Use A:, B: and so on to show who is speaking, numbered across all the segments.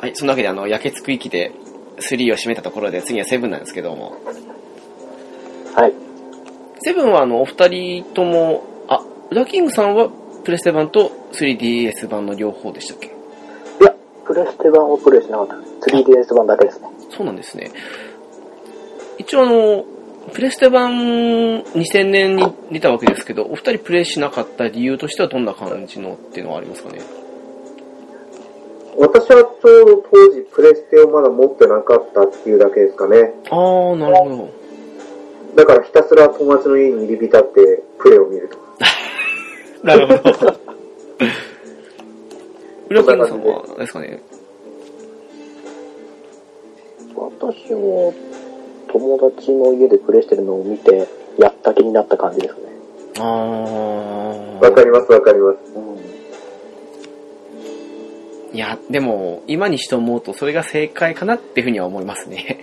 A: はい、そんなわけであの、焼けつく域で3を締めたところで、次は7なんですけども。
B: はい。
A: 7はあの、お二人とも、あ、ラキングさんはプレステ版と 3DS 版の両方でしたっけ
B: いや、プレステ版をプレイしなかったです。3DS 版だけですね。
A: そうなんですね。一応あの、プレステ版2000年に出たわけですけど、お二人プレイしなかった理由としてはどんな感じのっていうのはありますかね
C: 私はちょうど当時プレステをまだ持ってなかったっていうだけですかね。
A: あー、なるほど。
C: だからひたすら友達の家に入り浸ってプレイを見ると。
A: なるほど。ウ ラキングさんは、あれですかね。
B: 私も友達の家でプレイしてるのを見て、やった気になった感じですね。
A: あー。
C: わかりますわかります。
B: うん。
A: いや、でも、今にして思うと、それが正解かなっていうふうには思いますね。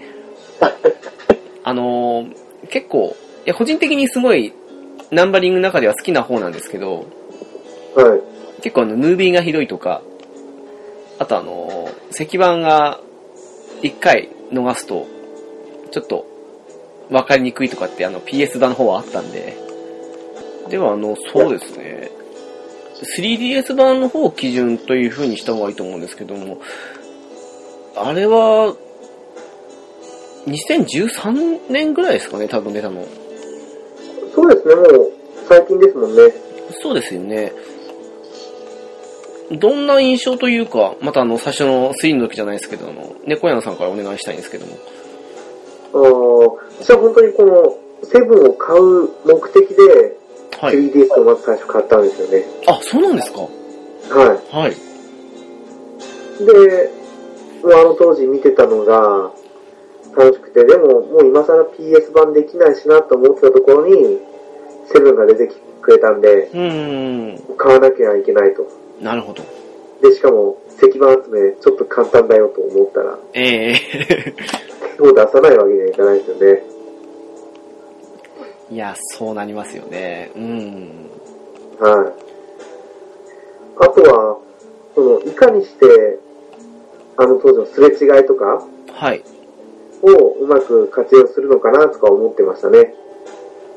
A: あのー、結構、いや、個人的にすごい、ナンバリングの中では好きな方なんですけど、
C: はい。
A: 結構あの、ムービーがひどいとか、あとあのー、石板が、一回逃すと、ちょっと、わかりにくいとかって、あの、PS 版の方はあったんで、ではあの、そうですね、3DS 版の方を基準という風にした方がいいと思うんですけども、あれは、2013年ぐらいですかね、多分出たの。
C: そうですね、もう最近ですもんね。
A: そうですよね。どんな印象というか、またあの、最初のスインの時じゃないですけど、あの、猫屋さんからお願いしたいんですけども。
C: あー私は本当にこのセブンを買う目的で
A: はい。
C: 3DS をまず最初買ったんですよね。
A: あ、そうなんですか
C: はい。
A: はい。
C: で、まああの当時見てたのが楽しくて、でももう今更 PS 版できないしなと思ってたところに、セブンが出てきてくれたんで、
A: うーん。
C: 買わなきゃいけないと。
A: なるほど。
C: で、しかも石板集めちょっと簡単だよと思ったら、
A: ええ
C: 手を出さないわけにはいかないですよね。
A: いや、そうなりますよね。うん。
C: はい。あとは、その、いかにして、あの当時のすれ違いとか
A: はい。
C: をうまく活用するのかなとか思ってましたね。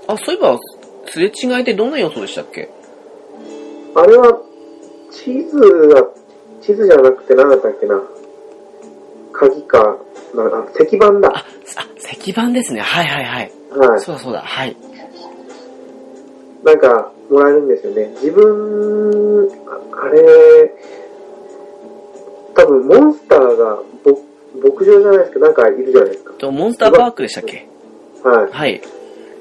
A: あ、そういえば、すれ違いってどんな要素でしたっけ
C: あれは、地図が、地図じゃなくて何だったっけな。鍵か、なあ石板だ。
A: あ、あ、石板ですね。はいはいはい。
C: はい。
A: そうだそうだ。はい。
C: なんか、もらえるんですよね。自分、ああれ、多分モンスターが、ぼ牧場じゃないですけど、なんかいるじゃないですか。
A: と、モンスターパークでしたっけ
C: はい。
A: はい。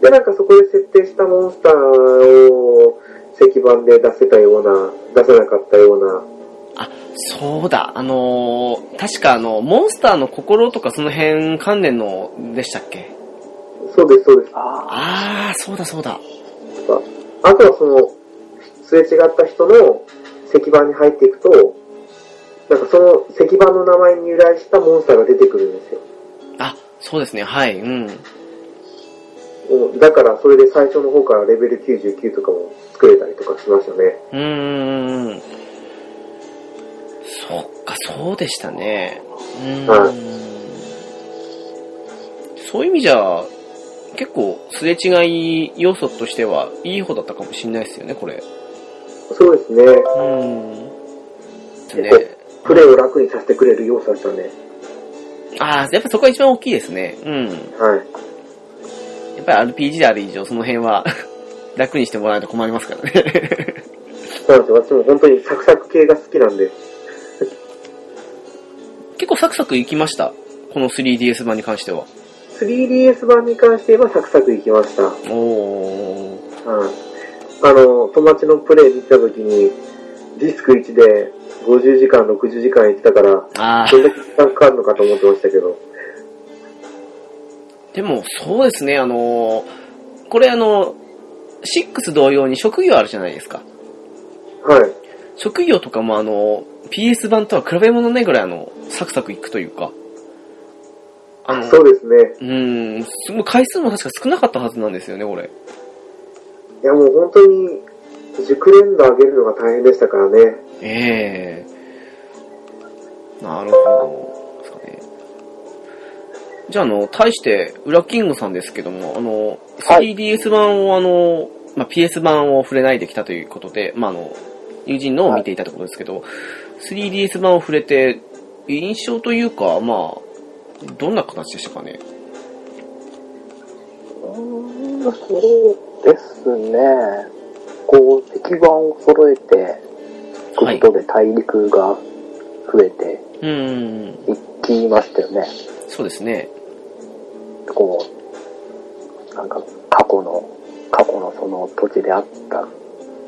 C: で、なんかそこで設定したモンスターを石板で出せたような、出せなかったような。
A: あ、そうだ、あのー確かあの、モンスターの心とかその辺関連のでしたっけ
C: そうです、そうです。
B: あ
A: あー、そうだそうだ。
C: あとはその、すれ違った人の石板に入っていくと、なんかその石板の名前に由来したモンスターが出てくるんですよ。
A: あ、そうですね、はい、うん。
C: うんだからそれで最初の方からレベル99とかも作れたりとかしましたね。
A: うーん。そっか、そうでしたね。うー
C: は
A: ん。そういう意味じゃ、結構、すれ違い要素としては、いい方だったかもしれないですよね、これ。
C: そうですね。
A: うーん。ですね。
C: プレイを楽にさせてくれる要素でしたね。
A: あー、やっぱそこが一番大きいですね。うん。
C: はい。
A: やっぱり RPG である以上、その辺は 楽にしてもらわないと困りますからね。
C: そうなんですよ。私も本当にサクサク系が好きなんで。
A: 結構サクサクいきました。この 3DS 版に関しては。
C: 3DS 版に関して言えばサクサクいきました。うん。
A: おー。
C: あの、友達のプレイ見てた時に、ディスク1で50時間、60時間いってたから、
A: あ
C: どんだけ時間かかるのかと思ってましたけど。
A: ー。でも、そうですね、あのー、これあの、6同様に職業あるじゃないですか。
C: はい。
A: 職業とかもあの、PS 版とは比べ物ないぐらいあの、サクサクいくというか。あの、
C: そうですね。
A: うーん、すごい回数も確か少なかったはずなんですよね、これ。
C: いやもう本当に、熟練度上げるのが大変でしたからね。
A: ええなるほど。ですかね。じゃあ、あの、対して、ウラキングさんですけども、あの、
B: はい
A: 3DS 版を、あの、まあ、PS 版を触れないできたということで、まあ、あの、友人のを見ていたということですけど、3DS 版を触れて、印象というか、まあ、どんな形でしたかね。
B: うーんそうですね。こう、石板を揃えて、く
A: はい
B: ことで大陸が増えて
A: うーん、
B: いきましたよね。
A: そうですね。
B: こう、なんか、過去の、過去のその土地であった、こ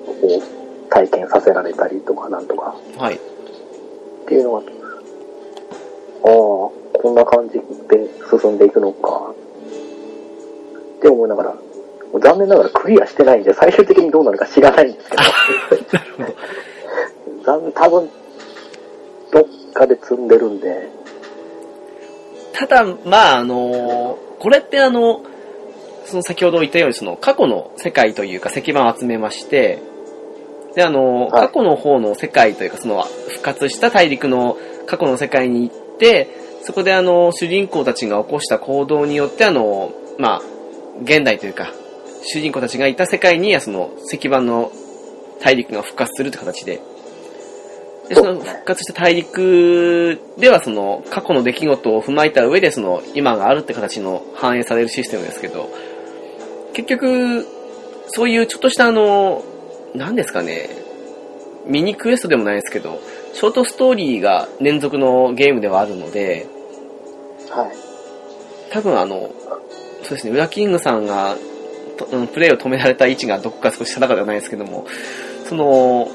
B: う、体験させられたりとかなんとか
A: はい。
B: っていうのが、ああ、こんな感じで進んでいくのか、って思いながら、残念ながらクリアしてないんで、最終的にどうなるか知らないんですけど。残多分、どっかで積んでるんで、
A: ただ、まあ、あのこれってあの、その先ほど言ったように、その過去の世界というか石板を集めまして、で、あの
B: はい
A: 過去の方の世界というか、その復活した大陸の過去の世界に行って、そこであの主人公たちが起こした行動によって、あのまあ、現代というか、主人公たちがいた世界に、その石板の大陸が復活するって形で、で、その復活した大陸ではその過去の出来事を踏まえた上でその今があるって形の反映されるシステムですけど、結局、そういうちょっとしたあの、何ですかね、ミニクエストでもないですけど、ショートストーリーが連続のゲームではあるので、
B: はい。
A: 多分あの、そうですね、ウラキングさんが、とうんプレイを止められた位置がどこか少し定かではないですけども、その、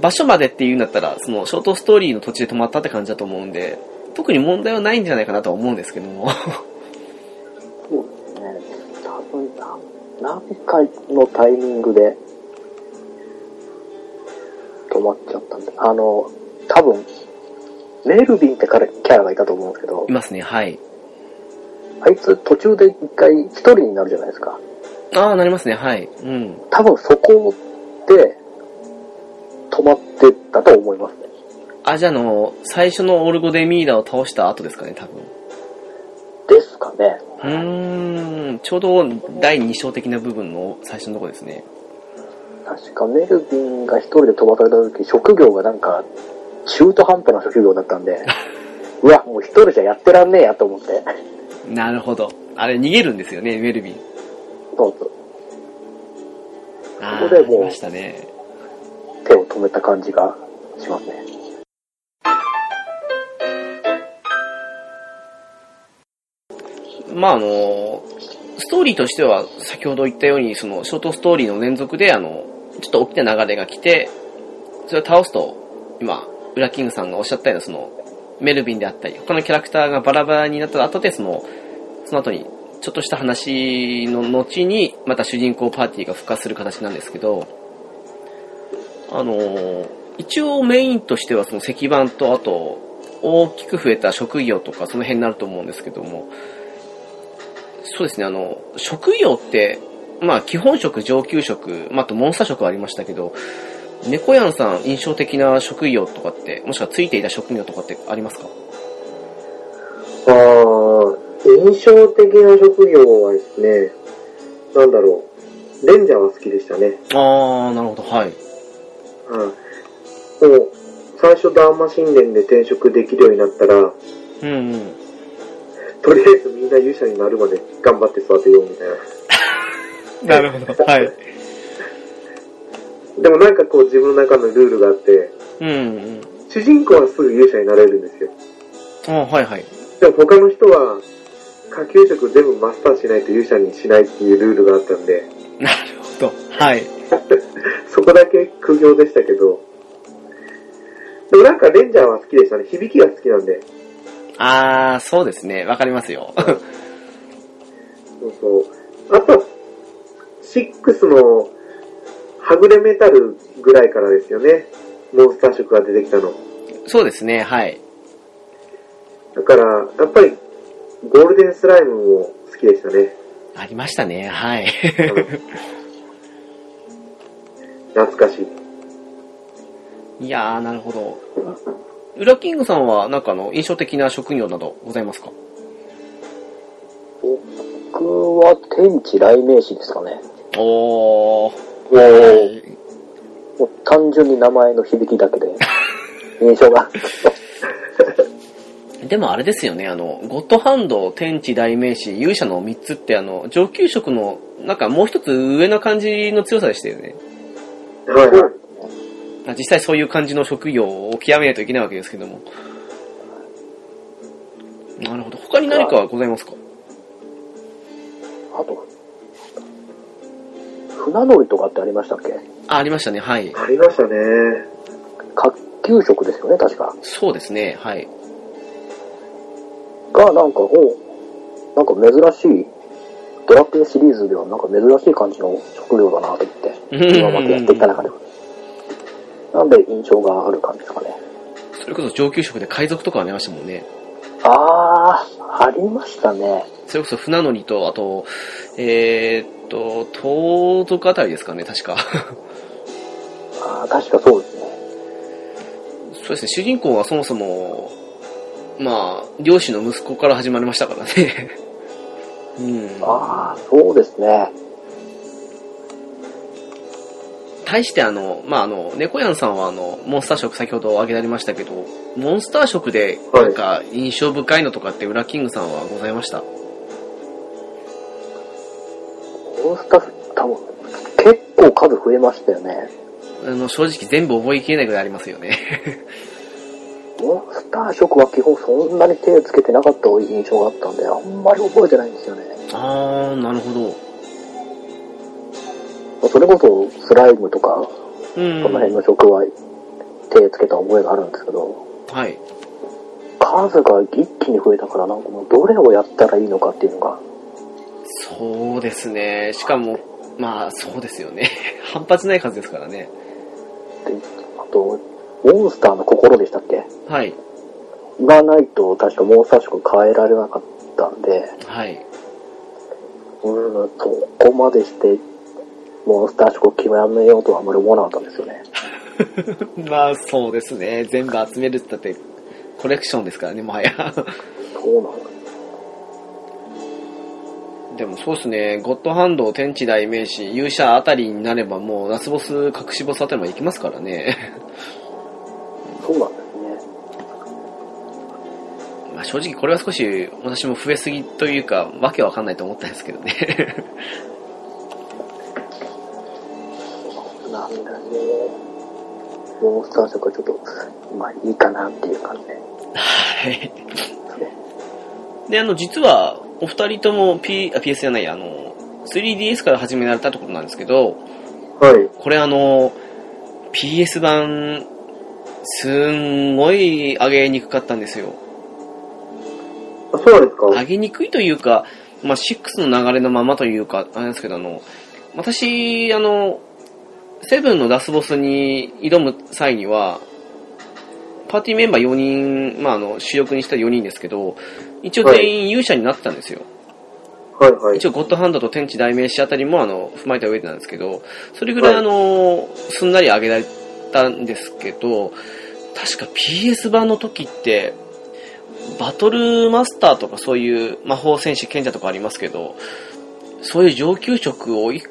A: 場所までっていうんだったら、その、ショートストーリーの途中で止まったって感じだと思うんで、特に問題はないんじゃないかなとは思うんですけども。
B: そうですね。多分な、何回のタイミングで止まっちゃったんで、あの、多分、メルビンって彼キャラがいたと思うんですけど
A: い、ますね、はい。
B: あいつ途中で一回一人になるじゃないですか。
A: ああ、なりますね、はい。うん。
B: 多分そこで止まってたと思いますね。
A: あ、じゃああの、最初のオルゴデミーダを倒した後ですかね、多分。
B: ですかね。
A: うーん、ちょうど第2章的な部分の最初のとこですね。
B: 確かメルビンが一人で飛ばされた時、職業がなんか中途半端な職業だったん で、うわ、もう一人じゃやってらんねえやと思って。
A: なるほど。あれ、逃げるんですよね、メルビン。
B: そうそう
A: あ
B: こ
A: あ
B: こで
A: ー、
B: もう
A: 来ましたね。
B: 手を止めた感じがしますね。
A: まああの、ストーリーとしては先ほど言ったように、そのショートストーリーの連続で、あの、ちょっと大きな流れが来て、それを倒すと、今、ウラキングさんがおっしゃったような、その、メルビンであったり、他のキャラクターがバラバラになった後で、その、その後に、ちょっとした話の後に、また主人公パーティーが復活する形なんですけど、あの、一応メインとしてはその石板と、あと、大きく増えた職業とか、その辺になると思うんですけども、そうですね、あの、職業って、まあ、基本職、上級職、まあ、あとモンスター職はありましたけど、猫やんさん印象的な職業とかって、もしくはついていた職業とかってありますか
C: あー印象的な職業はですね、なんだろう、レンジャーは好きでしたね。
A: あー、なるほど、はい。
C: はいもう、最初ダーマ神殿で転職できるようになったら、
A: うん、うん。
C: とりあえずみんな勇者になるまで頑張って育てようみたいな。
A: なるほど、はい。
C: でもなんかこう自分の中のルールがあって、
A: うん、うん。
C: 主人公はすぐ勇者になれるんですよ。
A: あーはい、はい。
C: でも他の人は、下級職全部マスターしないと勇者にしないっていうルールがあったんで、
A: なるほど、はい。
C: そこだけ苦行でしたけど、でもなんかレンジャーは好きでしたね。響きが好きなんで。
A: あー、そうですね、わかりますよ。
C: そうそう。あと、6のはぐれメタルぐらいからですよね。モンスター色が出てきたの。
A: そうですね、はい。
C: だから、やっぱり、ゴールデンスライムも好きでしたね。
A: ありましたね、はい。
C: 懐かしい。
A: いやー、なるほど。ウラキングさんは、なんかあの、印象的な職業などございますか
B: 僕は天地雷鳴士ですかね。
A: おー。
B: おー。もう単純に名前の響きだけで、印象が。
A: でもあれですよね、あの、ゴッドハンド、天地代名詞、勇者の3つってあの、上級職の、なんかもう一つ上な感じの強さでしたよね。
C: はいはい。
A: あ実際そういう感じの職業を極めないといけないわけですけども。なるほど。他に何かございますか
B: あと、船乗りとかってありましたっけ
A: あ、ありましたね、はい。
C: ありましたね。
B: 滑給食ですよね、確か。
A: そうですね、はい。
B: が、なんか、おなんか珍しい、ドラクエシリーズではなんか珍しい感じの食料だなと思って、今までやってきた中では。なんで印象がある感じですかね。
A: それこそ上級職で海賊とかありましたもんね。
B: あー、ありましたね。
A: それこそ船乗りと、あと、えーっと、盗賊あたりですかね、確か。
B: あー確かそうですね。
A: そうですね、主人公はそもそも、まあ、漁師の息子から始まりましたからね。 うん。
B: あー、そうですね。
A: 対してあの、まああの、猫やんさんはあの、モンスター色先ほど挙げられましたけど、モンスター色でなんか印象深いのとかってウラキングさんはございました。
B: モンスター、多分、結構数増えましたよね。
A: あの、正直全部覚えきれないぐらいありますよね。
B: モンスター色は基本そんなに手をつけてなかった印象があったんで、あんまり覚えてないんですよね。
A: あー、なるほど。
B: それこそスライムとか、
A: うん。
B: その辺の職は手つけた覚えがあるんですけど、
A: はい。
B: 数が一気に増えたから、なんかもうどれをやったらいいのかっていうのが、
A: そうですね。しかも、まあ、そうですよね。 反発ない数ですからね。
B: であと、モンスターの心でしたっけ
A: はい。
B: がないと確かモンスター色変えられなかったんで、
A: はい。
B: うん、そこまでして、モンスター色を決めようとはあんまり思わなかったんですよね。
A: まあ、そうですね。全部集めるって言ったって、コレクションですからね、もはや。
B: そうなんだ。
A: でもそうですね、ゴッドハンド、天地代名詞、勇者あたりになればもうラスボス、隠しボスあたりまで行きますからね。
B: そうなんですね。
A: まあ正直これは少し私も増えすぎというか、わけわかんないと思ったんですけどね。
B: なんだね。モンスター色はちょっと、まあいいかなっていう感じで。
A: はい。で、あの、実は、お二人とも P、あ、PS じゃないや、あの、3DS から始められたところなんですけど、
C: はい。
A: これあの、PS 版、すんごい上げにくかったんですよ。
C: あ、そうなんですか
A: 上げにくいというか、まあ、6の流れのままというか、あれですけど、あの、私、あの、セブンのラスボスに挑む際には、パーティーメンバー4人、まあ、あの、主力にした4人ですけど、一応全員勇者になってたんですよ。
C: はいはい
A: 一。応、ゴッドハンドと天地代名詞あたりも、あの、踏まえた上でなんですけど、それぐらい、あの、すんなり上げられたんですけど、確か PS 版の時って、バトルマスターとかそういう魔法戦士賢者とかありますけど、そういう上級職を一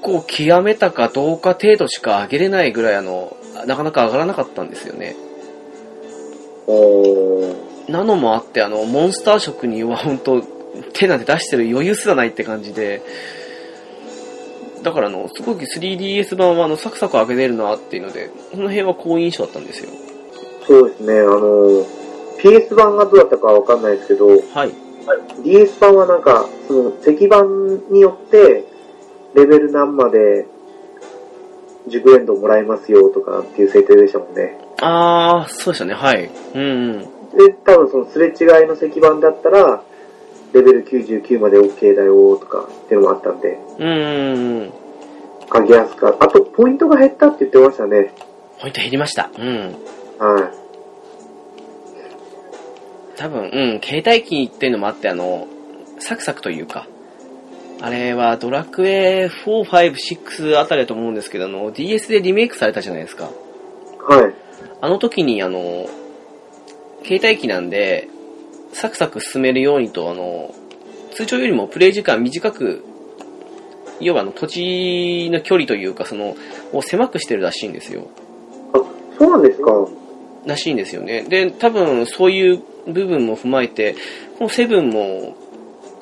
A: 個極めたかどうか程度しか上げれないぐらい、あの、なかなか上がらなかったんですよね。
B: おー。
A: なのもあって、あの、モンスター色には本当手なんて出してる余裕すらないって感じで、だからあの、すごく 3DS 版はあの、サクサク上げれるなっていうので、この辺は好印象だったんですよ。
C: そうですね、あの、PS 版がどうだったかわかんないですけど、
A: はい。
C: DS 版はなんか、その、石版によって、レベル何まで、熟練度もらえますよとかっていう設定でしたもんね。
A: あー、そうでしたね、はい。うん、うん。
C: で、多分そのすれ違いの石版だったら、レベル99まで OK だよとかっていうのもあったんで、
A: うんうんうん。
C: 上げやすか。あと、ポイントが減ったって言ってましたね。
A: ポイント減りました。うん。
C: はい。
A: 多分、うん、携帯機っていうのもあって、あの、サクサクというか、あれはドラクエ4、5、6あたりだと思うんですけど、あの、DS でリメイクされたじゃないですか。
C: はい。
A: あの時にあの、携帯機なんで、サクサク進めるようにと、あの、通常よりもプレイ時間短く、要はあの、土地の距離というか、その、を狭くしてるらしいんですよ。
C: そうなんですか。
A: らしいんですよね。で、多分そういう部分も踏まえて、このセブンも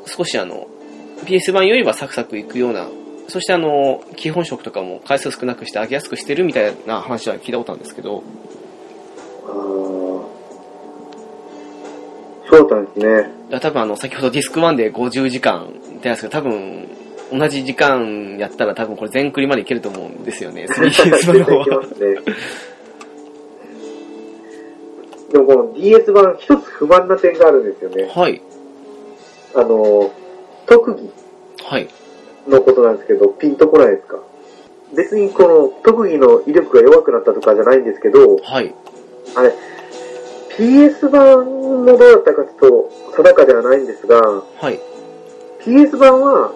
A: 少しあの、PS 版よりはサクサクいくような、そしてあの、基本色とかも回数少なくして飽きやすくしてるみたいな話は聞いたことあるんですけど、
C: あーそうだったんですね。
A: だから多分あの、先ほどディスク1で50時間ってやつが多分、同じ時間やったら多分これ全クリまでいけると思うんですよ ね。3DS 版の方
C: 出てきま
A: は。
C: すね。でもこの DS 版、一つ不満な点があるんですよね。
A: はい。
C: あの、特技
A: はい。
C: のことなんですけど、ピンとこないですか別にこの特技の威力が弱くなったとかじゃないんですけど、
A: はい。
C: あれ、PS 版のどうだったかちょっと定かではないんですが、
A: はい。
C: PS 版は、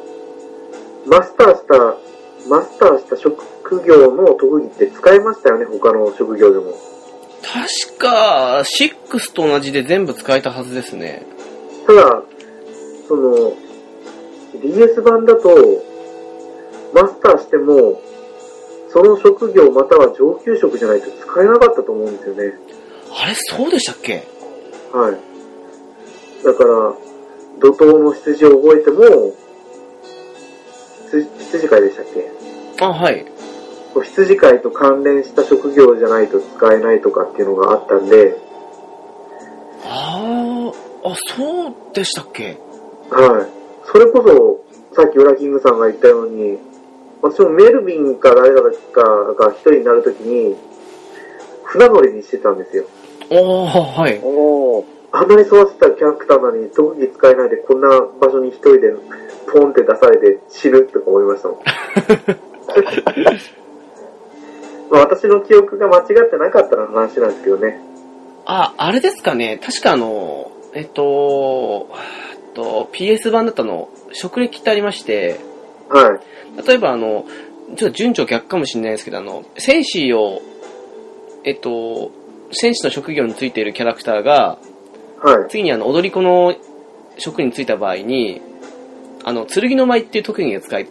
C: マスターした、マスターした職業の特技って使えましたよね、他の職業でも。
A: 確か、6と同じで全部使えたはずですね。
C: ただ、その、DS 版だと、マスターしても、その職業または上級職じゃないと使えなかったと思うんですよね。
A: あれ、そうでしたっけ
C: はい。だから、怒涛の羊を覚えても、羊羊飼いでしたっけ
A: あ、はい。
C: こう羊飼いと関連した職業じゃないと使えないとかっていうのがあったんで、
A: ああ、あ、そうでしたっけ
C: はい。それこそ、さっきウラキングさんが言ったように、私もメルビンか誰だかが一人になるときに、船乗りにしてたんですよ。
A: ああ、はい。
B: おー。
C: あんなに育てたキャラクターなのに特技使えないでこんな場所に一人でポンって出されて死ぬとか思いましたもん。まあ私の記憶が間違ってなかったら話なんですけどね。
A: あ、あれですかね。確かあの、えっと、えっと PS 版だったの、職歴ってありまして、
C: はい。
A: 例えばあの、ちょっと順調逆かもしれないですけど、あの、戦士を、えっと、戦士の職業についているキャラクターが、
C: はい。
A: 次にあの、踊り子の職についた場合に、あの、剣の舞っていう特技が使え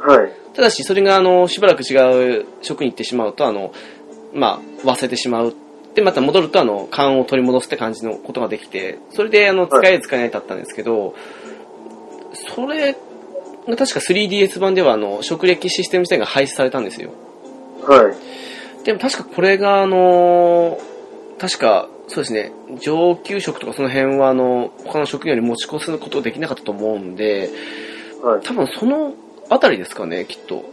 C: はい。
A: ただし、それが、あの、しばらく違う職に行ってしまうと、あの、まあ、忘れてしまう。で、また戻ると、あの、勘を取り戻すって感じのことができて、それで、あの、使え使えないだったんですけど、それが確か 3DS 版では、あの、職歴システム自体が廃止されたんですよ。
C: はい。
A: でも確かこれが、あの、確か、そうですね、上級職とかその辺は、あの、他の職業に持ち越すことできなかったと思うんで、
C: はい。
A: 多分そのあたりですかね、きっと。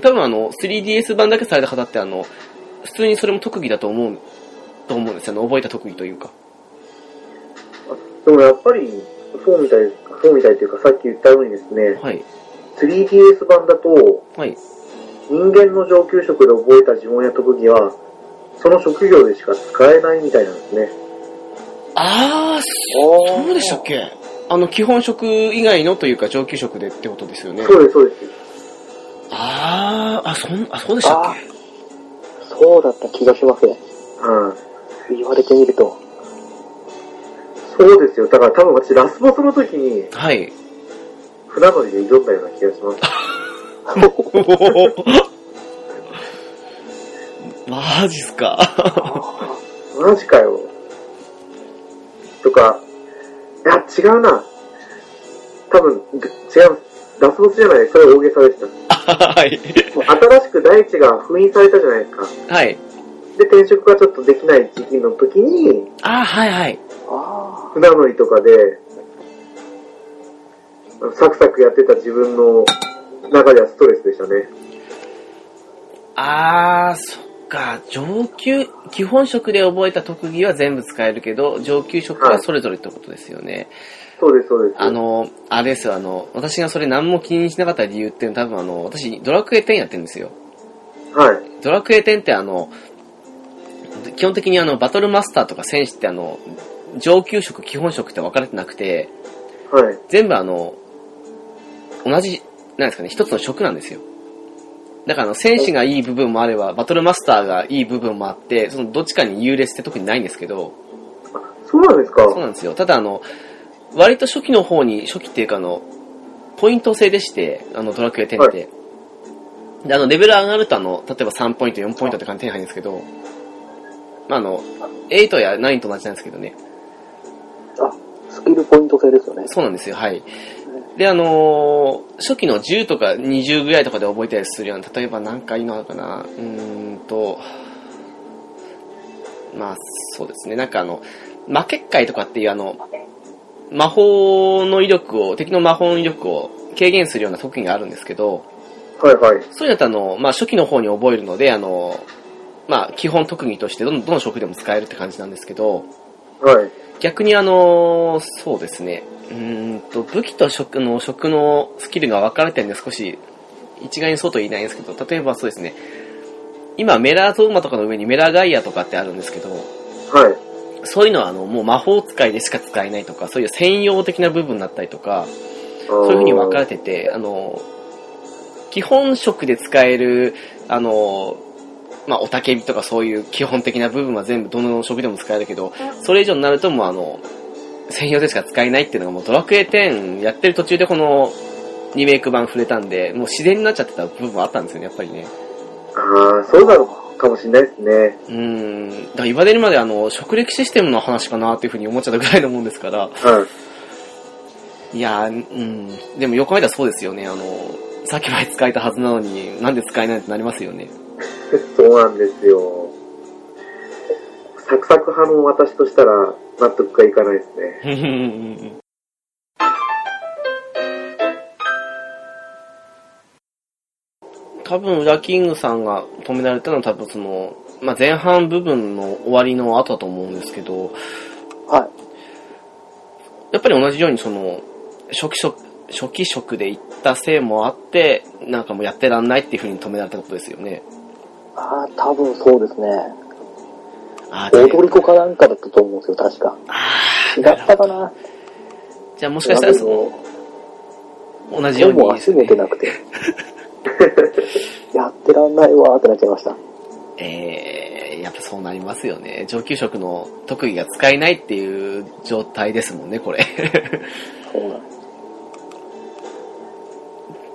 A: 多分あの、3DS 版だけされた方ってあの、普通にそれも特技だと思う、と思うんですよね。覚えた特技というか。
C: でもやっぱり、そうみたい、そうみたいというかさっき言ったようにですね、
A: はい。
C: 3DS 版だと、
A: はい。
C: 人間の上級職で覚えた呪文や特技は、その職業でしか使えないみたいなんですね。
A: あー、そうでしたっけあの、基本職以外のというか上級職でってことですよね。
C: そうです、そうです。
A: あー、あ、そん、あ、そうでしたっ
B: そうだった気がしますね。
C: はい。
B: 言われてみると。
C: そうですよ。だから多分私、ラスボスの時に
A: けはい。
C: 船乗りで挑んだような気がします。
A: マジっすか。
C: マジかよ。とか、いや、違うな。多分、ぐ違う。ラスボスじゃない。それは大げさでした。
A: はい。
C: もう新しく大地が封印されたじゃないですか。
A: はい。
C: で、転職がちょっとできない時期の時に、
A: あー、はいはい。
B: あ
C: 船乗りとかで、あのサクサクやってた自分の中ではストレスでしたね。
A: あー、そっか。上級、基本職で覚えた特技は全部使えるけど、上級職はそれぞれってことですよね。
C: そうです、そうです。
A: あの、あれですよ、あの、私がそれ何も気にしなかった理由っていうのは多分あの、私、ドラクエ10やってるんですよ。
C: はい。
A: ドラクエ10ってあの、基本的にあの、バトルマスターとか戦士ってあの、上級職、基本職って分かれてなくて、
C: はい。
A: 全部あの、同じ、なんですかね、一つの職なんですよ。だからあの、戦士がいい部分もあれば、バトルマスターがいい部分もあって、そのどっちかに優劣って特にないんですけど、
C: そうなんですか。
A: そうなんですよ。ただあの、割と初期の方に、初期っていうかあの、ポイント制でして、あの、ドラクエ10って。で、あの、レベル上がるとあの、例えば3ポイント、4ポイントって感じで手に入るんですけど、まああの、8や9と同じなんですけどね。
B: あ、スキルポイント制ですよね。
A: そうなんですよ、はい。で、あのー初期の10とか20ぐらいとかで覚えたりするような、例えば何回のあるかな、うーんと、まあ、そうですね、なんかあの、魔結界とかっていうあの、魔法の威力を、敵の魔法の威力を軽減するような特技があるんですけど、
C: はいはい。
A: そういうのだとあの、まあ初期の方に覚えるので、あの、まあ基本特技としてどの、どの職でも使えるって感じなんですけど、
C: はい。
A: 逆にあの、そうですね。うーんと、武器と食の、食のスキルが分かれてるんで少し、一概にそうと言えないんですけど、例えばそうですね。今、メラゾーマとかの上にメラガイアとかってあるんですけど、
C: はい。
A: そういうのはあの、もう魔法使いでしか使えないとか、そういう専用的な部分だったりとか、
C: そ
A: そういう風に分かれてて、あの、基本色で使える、あの、まあ、おたけびとかそういう基本的な部分は全部どの職でも使えるけど、それ以上になるともうあの、専用でしか使えないっていうのがもうドラクエ10やってる途中でこのリメイク版触れたんで、もう自然になっちゃってた部分はあったんですよね、やっぱりね。
C: ああ、そうなのかもしれないですね。
A: うーん。だから言われるまであの、職歴システムの話かなっていう風に思っちゃったぐらいのもんですから、
C: はい。
A: いやー、うん。でもよく考えたらそうですよね。あの、さっきまで使えたはずなのに、なんで使えないってなりますよね。
C: そうなんですよ。サクサク派の私としたら納得がいかないですね。
A: 多分、裏キングさんが止められたのは多分その、まあ、前半部分の終わりの後だと思うんですけど、
B: は
A: やっぱり同じようにその、初期職、初期職で行ったせいもあって、なんかもうやってらんないっていう風に止められたことですよね。
B: い。ああ、多分そうですね。
A: あー
B: 踊り子かなんかだったと思うんですよ、確か。違ったかな。
A: じゃあもしかしたらその、同じよう
B: も
A: に
B: う
A: です
B: 足
A: ね、
B: 寝てなくて。 やってらんないわーってなっちゃいました。
A: えー、やっぱそうなりますよね。上級職の特技が使えないっていう状態ですもんね、これ。
B: そうなんです。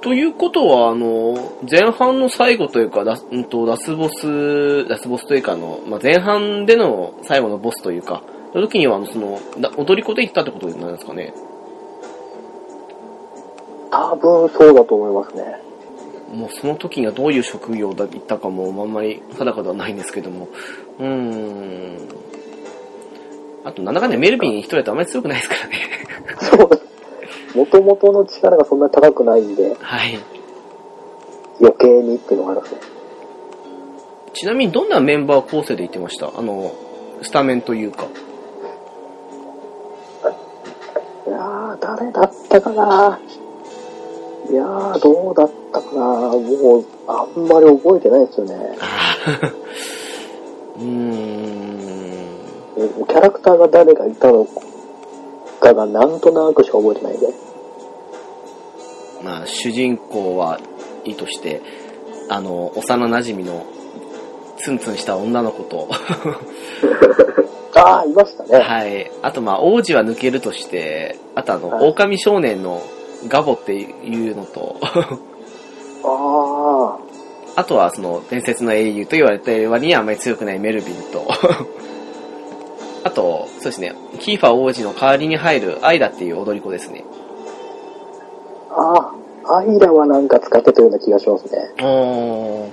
A: ということは、あの、前半の最後というか、ラス,、うん、とラスボス、ラスボスというかあの、まあ、前半での最後のボスというか、の時には、あのその、な踊り子で行ったってことになるんですかね。
B: 多分そうだと思いますね。
A: もうその時がどういう職業だ行ったかもあんまり定かではないんですけども。うーん。あと、なんだかんだメルビン一人だとあまり強くないですからね。
B: そう。もともとの力がそんなに高くないんで、
A: はい。
B: 余計にっていうのがありますね。
A: ちなみにどんなメンバー構成で行ってましたあの、スタメンというか。
B: いやー、誰だったかないやー、どうだったかなもう、あんまり覚えてないですよね。
A: あーうーん。
B: もうキャラクターが誰がいたのかがなんとなくしか覚えてないんで。
A: まあ、主人公はいいとして、あの、幼馴染みのツンツンした女の子と、
B: あー、いましたね。
A: はい。あと、まあ、王子は抜けるとして、あと、あの、
B: はい
A: 狼少年のガボっていうのと、
B: ああ
A: あとは、その、伝説の英雄と言われた割にはあまり強くないメルビンと、 あと、そうですね、キーファー王子の代わりに入るアイダっていう踊り子ですね。
B: ああ、アイラはなんか使ってたような気がしますね。
A: お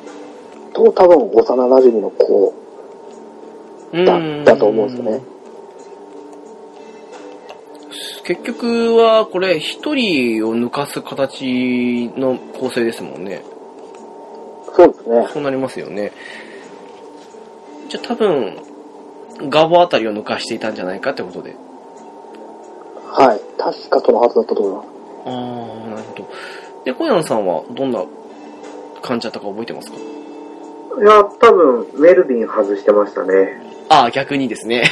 A: ー。
B: と、多分幼馴染の子
A: う
B: だ
A: ーん
B: ったと思うんですよね。
A: 結局は、これ、一人を抜かす形の構成ですもんね。
B: そうですね。
A: そうなりますよね。じゃあ多分、ガボあたりを抜かしていたんじゃないかってことで。
B: はい。確かそのはずだったと思います。
A: ああ、なるほど。で、小山さんはどんな感じだったか覚えてますか
C: いや、多分、メルビン外してましたね。
A: ああ、逆にですね。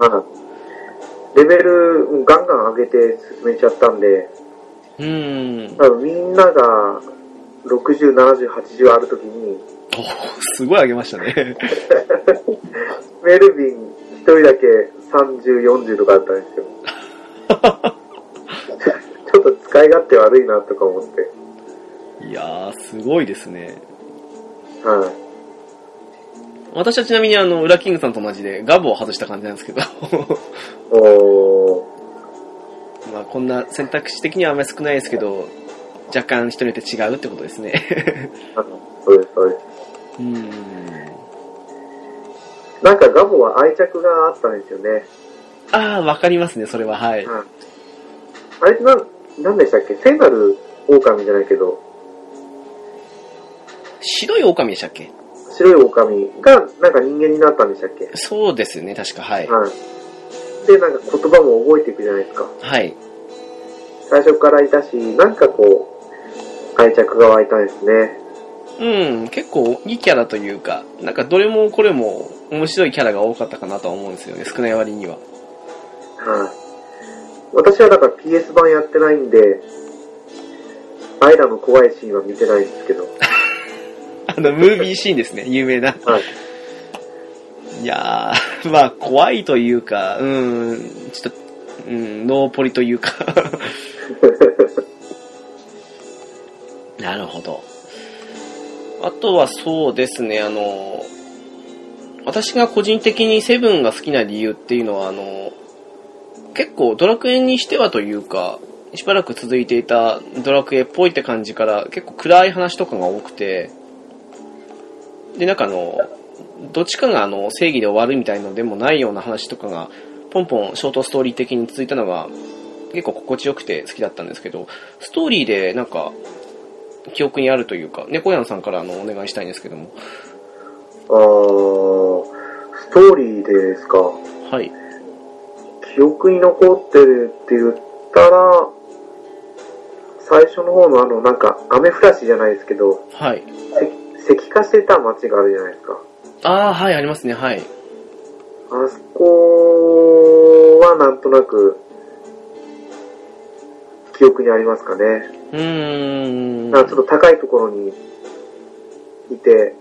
C: うん。レベルガンガン上げて進めちゃったんで、
A: うーん。
C: 多分みんなが60、70、80あるときに、
A: おーすごい上げましたね。
C: メルビン一人だけ30、40とかあったんですよ。 ちょっと使い勝手悪いなとか思って。
A: いやー、すごいですね。
C: はい。
A: 私はちなみにあの、ウラキングさんと同じでガブを外した感じなんですけど、
C: おー。
A: まあこんな選択肢的にはあんまり少ないですけど、若干人によって違うってことですね。
C: あそうです、そうで
A: うん。
C: す。なんかガボは愛着があったんですよね。
A: あー、わかりますね、それは、はい。
C: はい。あれってなん、なんでしたっけ聖なる狼じゃないけど、
A: 白い狼でしたっけ
C: 白い狼がなんか人間になったんでしたっけ
A: そうですよね、確か、はい。
C: はい。で、なんか言葉も覚えていくじゃないですか。
A: はい。
C: 最初からいたし、なんかこう、愛着が湧いたんですね。
A: うん、結構いいキャラというか、なんかどれもこれも面白いキャラが多かったかなとは思うんですよね、少ない割には。
C: はい。私はだから PS 版やってないんで、アイラの怖いシーンは見てないんですけど。
A: あの、ムービーシーンですね、有名な。
C: はい。
A: いやー、まあ、怖いというか、うん、ちょっと、うん、ノーポリというか。なるほど。あとはそうですね、あの、私が個人的にセブンが好きな理由っていうのは、あの、結構ドラクエにしてはというか、しばらく続いていたドラクエっぽいって感じから結構暗い話とかが多くて、で、なんかあの、どっちかがあの正義で終わるみたいのでもないような話とかが、ポンポンショートストーリー的に続いたのが、結構心地よくて好きだったんですけど、ストーリーでなんか、記憶にあるというか、猫やんさんからあのお願いしたいんですけども。
C: あー、ストーリーでですか。
A: はい。
C: 記憶に残ってるって言ったら、最初の方のあの、なんか、雨降らしじゃないですけど、
A: はい。
C: せ石化してた街があるじゃないですか。
A: ああ、はい、ありますね、はい。
C: あそこはなんとなく、記憶にありますかね。
A: うーん。
C: なんかちょっと高いところにいて、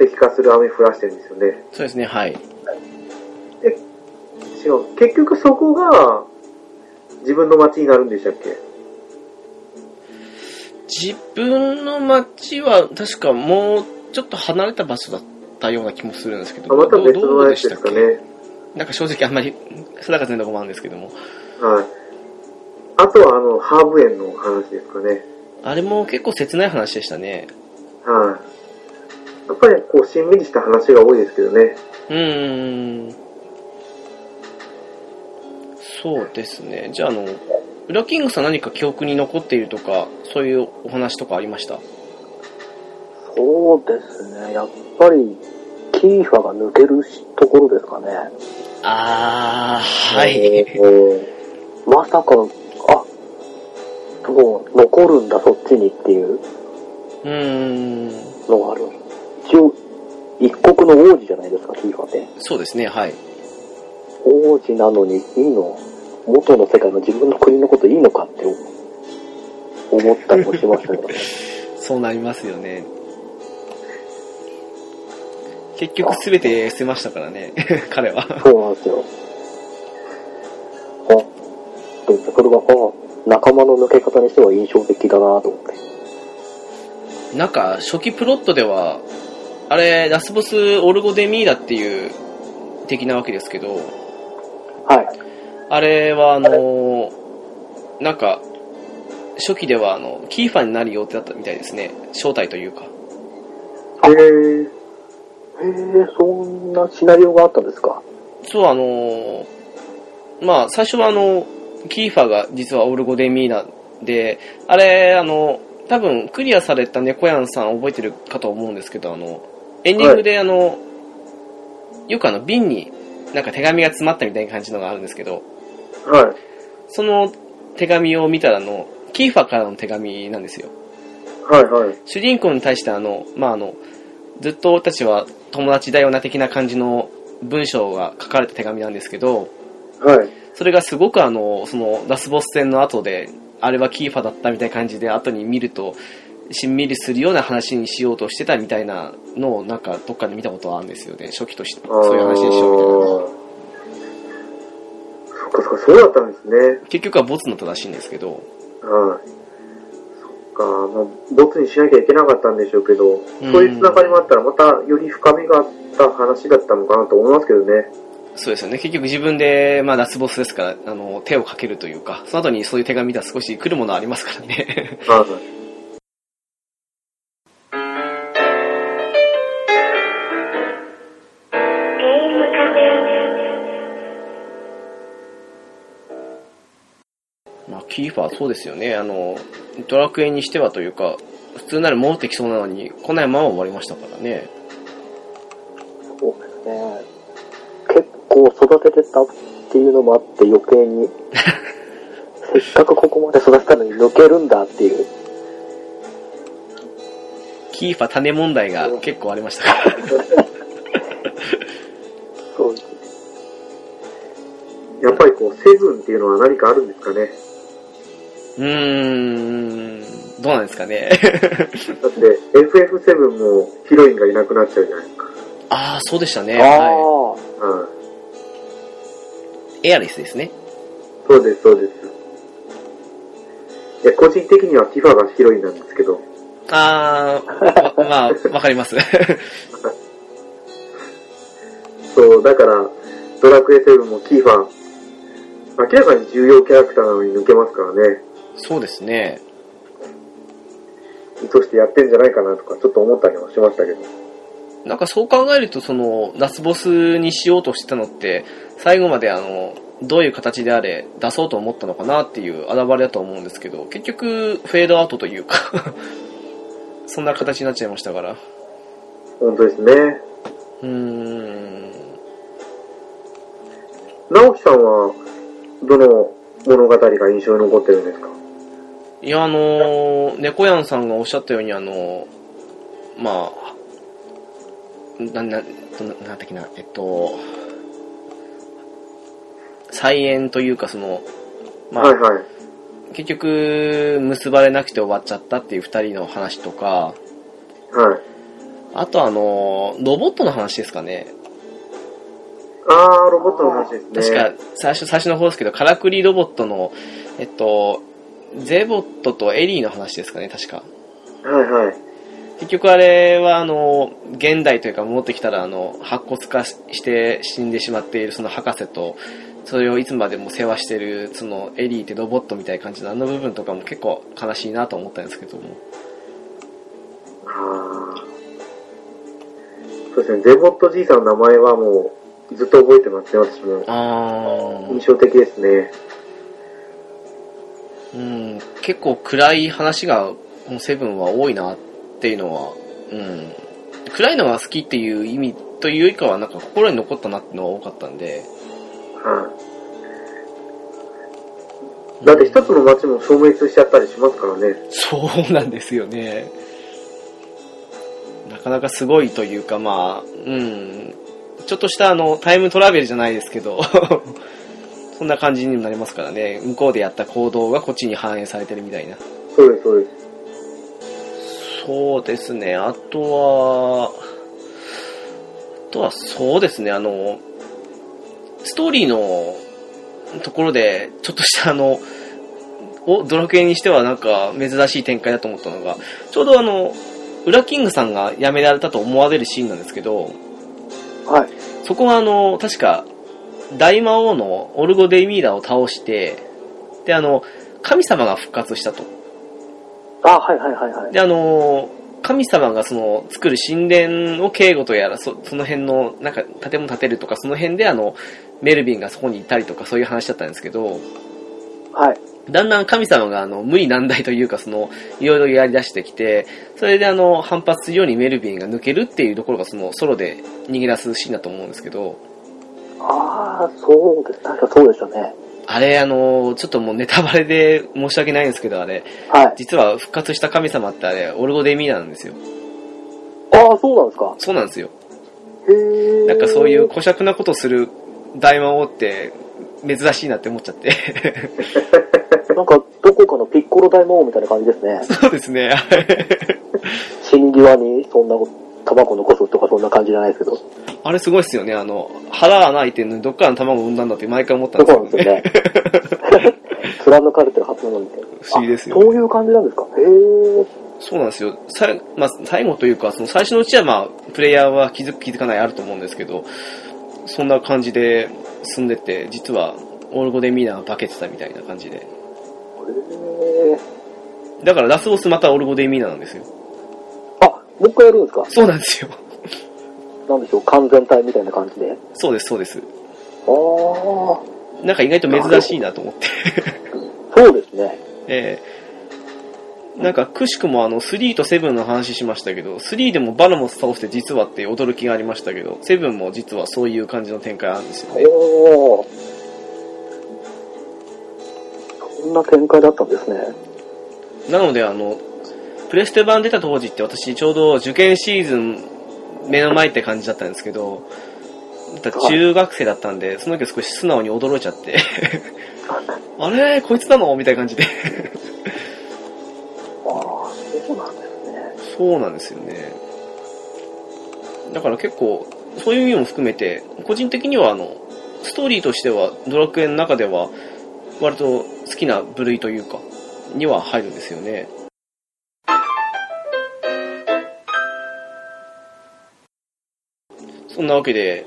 C: 石化する雨降らしてるんですよね。
A: そうですね、はい。
C: 違う。結局そこが、自分の街になるんでしたっけ
A: 自分の町は確かもうちょっと離れた場所だったような気もするんですけど、
C: あまた
A: どう
C: 別
A: ど
C: の
A: うで
C: やつ
A: し
C: で
A: た
C: す
A: っ
C: か
A: け、
C: ね。
A: なんか正直あんまり定かじゃないとこもあるんですけども。
C: はい。あとは、あの、ハーブ園の話ですかね。
A: あれも結構切ない話でしたね。
C: はい。やっぱり、こう、しんみりした話が多いですけどね。
A: うーん。そうですね。じゃあ、あの、ウラキングさん何か記憶に残っているとか、そういうお話とかありました
B: そうですね。やっぱり、キーファが抜けるしところですかね。
A: あー、は
B: え
A: い。
B: ー。 まさか、あ、もう残るんだ、そっちにっていう
A: うーん。
B: のがある。一応、一国の王子じゃないですか、キーファって。
A: そうですね、はい。
B: 王子なのにいいの元の世界の自分の国のこといいのかって思ったりもしましたけど、
A: そうなりますよね。結局すべて捨てましたからね、 彼は。
B: そうなんですよ。あ、どうですかこれは、あ、仲間の抜け方にしては印象的だなと思って。
A: なんか、初期プロットでは、あれ、ラスボスオルゴデミーラっていう敵なわけですけど、
B: はい。
A: あれは、あのーなんか、初期では、あの、キーファーになる予定だったみたいですね。正体というか。
C: へー。
B: へえ、そんなシナリオがあったんですか。
A: そう、あのーまあ、最初はあの、キーファーが実はオルゴデミーナで、あれ、あの、多分クリアされた猫やんさん覚えてるかと思うんですけど、あの、エンディングであの、よくあの、瓶になんか手紙が詰まったみたいな感じのがあるんですけど、
C: はい。
A: その手紙を見たらあの、キーファーからの手紙なんですよ。
C: はい、はい。
A: 主人公に対してあの、まあ、あの、ずっと俺たちは友達だよな的な感じの文章が書かれた手紙なんですけど、
C: はい。
A: それがすごくあの、そのラスボス戦の後で、あれはキーファだったみたいな感じで後に見ると、しんみりするような話にしようとしてたみたいなのをなんかどっかで見たことはあるんですよね。初期として。そういう話でしょみたいな。
C: ょそうだったんですね。
A: 結局はボツになったらしいんですけど、
C: はい。そっか、まあ、ボツにしなきゃいけなかったんでしょうけど、そういうつながりもあったら、またより深みがあった話だったのかなと思いますけどね。
A: そうですよね。結局自分で、まあ、ラスボスですから、あの、手をかけるというか、その後にそういう手紙が少し来るものありますからね。
C: はい。
D: ゲームカフェ
A: まあ、キーファーそうですよね。あの、ドラクエにしてはというか、普通なら戻ってきそうなのに、来ないまま終わりましたからね。
B: そうですね。結構育ててたっていうのもあって余計 に、せっかくここまで育てたのに抜けるんだっていう。
A: キーファー種問題が結構ありましたか ら。
B: そう
C: やっぱりこう、セブンっていうのは何かあるんですかね。
A: うーん、どうなんですか ね。
C: だって FF7 もヒロインがいなくなっちゃうじゃないですか。
A: ああ、そうでしたね。
B: ああ
A: は
B: ー、
C: はい。
A: い。エアリスですね。
C: そうです、そうです。いや、個人的にはティファがヒロインなんですけど、
A: ああ、ままあ、わかります。
C: そう、だから、ドラクエ7もキーファ、明らかに重要キャラクターなのに抜けますからね、
A: そうですね。
C: 意図してやってんじゃないかなとか、ちょっと思ったりもしましたけど。
A: なんかそう考えると、その、ラスボスにしようとしてたのって、最後まであの、どういう形であれ出そうと思ったのかなっていう現れだと思うんですけど、結局、フェードアウトというか、 そんな形になっちゃいましたから。
C: 本当ですね。
A: うーん。
C: 直樹さんは、どの物語が印象に残ってるんですか
A: いや、あのー、猫やんさんがおっしゃったように、あのー、まあ、な、な、どな、なんだっけな、えっと、再演というか、その、まあ、
C: はいはい。
A: 結局、結ばれなくて終わっちゃったっていう二人の話とか、
C: はい。
A: あとあのー、ロボットの話ですかね。
C: あー、ロボットの話で
A: 確
C: すね。
A: か、最初、最初の方ですけど、カラクリロボットの、えっと、ゼボットとエリーの話ですかね、確か。
C: はいはい。
A: 結局あれはあの現代というか戻ってきたらあの白骨化しして死んでしまっているその博士とそれをいつまでも世話してるそのエリーってロボットみたいな感じのあの部分とかも結構悲しいなと思ったんですけども
C: あーそうですね、ゼボットじいさんの名前はもうずっと覚えてますね、私も。
A: あ
C: 印象的ですね。
A: うん結構暗い話がこのセブンは多いなっていうのはうん暗いのが好きっていう意味というよりかはなんか心に残ったなっていうのは多かったんで
C: はい。だって一つの街も消滅しちゃったりしますからね。
A: そうなんですよね。なかなかすごいというか、まあ、うん、ちょっとしたあの、タイムトラベルじゃないですけど、 そんな感じにもなりますからね、向こうでやった行動がこっちに反映されてるみたいな。
C: そうです、そうです。
A: そうですね、あとは、あとはそうですね、あの、ストーリーのところで、ちょっとしたあの、おドラクエにしてはなんか珍しい展開だと思ったのが、ちょうどあの、ウラキングさんが辞められたと思われるシーンなんですけど、
B: はい。
A: そこはあの、確か、大魔王のオルゴ・デイミーラを倒して、であの、神様が復活したと。
B: あ、はいはいはいはい。
A: で、あのー神様がその作る神殿を警護とやら、そその辺の、なんか建物建てるとか、その辺であの、メルビンがそこにいたりとか、そういう話だったんですけど、
B: はい。
A: だんだん神様があの、無理難題というか、その、いろいろやり出してきて、それであの、反発するようにメルビンが抜けるっていうところが、その、ソロで逃げ出すシーンだと思うんですけど、
B: ああ、そうです。確かそうでしたね。
A: あれ、あのーちょっともうネタバレで申し訳ないんですけど、あれ、
B: はい。
A: 実は復活した神様ってあれ、オルゴデミーナなんですよ。
B: ああ、そうなんですか。
A: そうなんですよ。
B: へえ。
A: なんかそういう。小尺なことする大魔王って珍しいなって思っちゃって。
B: なんか、どこかのピッコロ大魔王みたいな感じで すね。
A: そうですね。
B: 死に際にそんなタバコ残すとかそんな感じじゃないですけど。
A: あれすごいっすよね。あの、腹穴開いてるのにどっからの卵を産んだんだって毎回思ったん
B: そ
A: で
B: う
A: す
B: な
A: け
B: ん
A: ど
B: です
A: ね。
B: よね。 貫かれてるはずなのに。
A: 不思議ですよ
B: あ
A: ね
B: そういう感じなんですかへー。
A: そうなんですよ。さいまあ、最後というか、その最初のうちはまあ、プレイヤーは気づく気づかないあると思うんですけど、そんな感じで進んでって、実はオールゴデミーナが化けてたみたいな感じで。
B: へー。
A: だからラスボスまたオールゴデミーナなんですよ。
B: あ、もう一回やるんですか
A: そうなんですよ。
B: なんでしょう、完全体みたいな感じで。
A: そうです、そうです。
B: あー。
A: なんか意外と珍しいなと思って。
B: そうですね。
A: えーなんかくしくもあの3と7の話しましたけど、3でもバラモス倒して実はっていう驚きがありましたけど、7も実はそういう感じの展開あるんですよね。
B: おー。そんな展開だったんですね。
A: なので、あの、プレステ版出た当時って私ちょうど受験シーズン目の前って感じだったんですけど、だから中学生だったんで、その時少し素直に驚いちゃって、あれこいつなのみたいな感じで。
B: あー、そうなんですね。
A: そうなんですよね。だから結構、そういう意味も含めて、個人的にはあの、ストーリーとしては、ドラクエの中では、割と好きな部類というか、には入るんですよね。そんなわけで、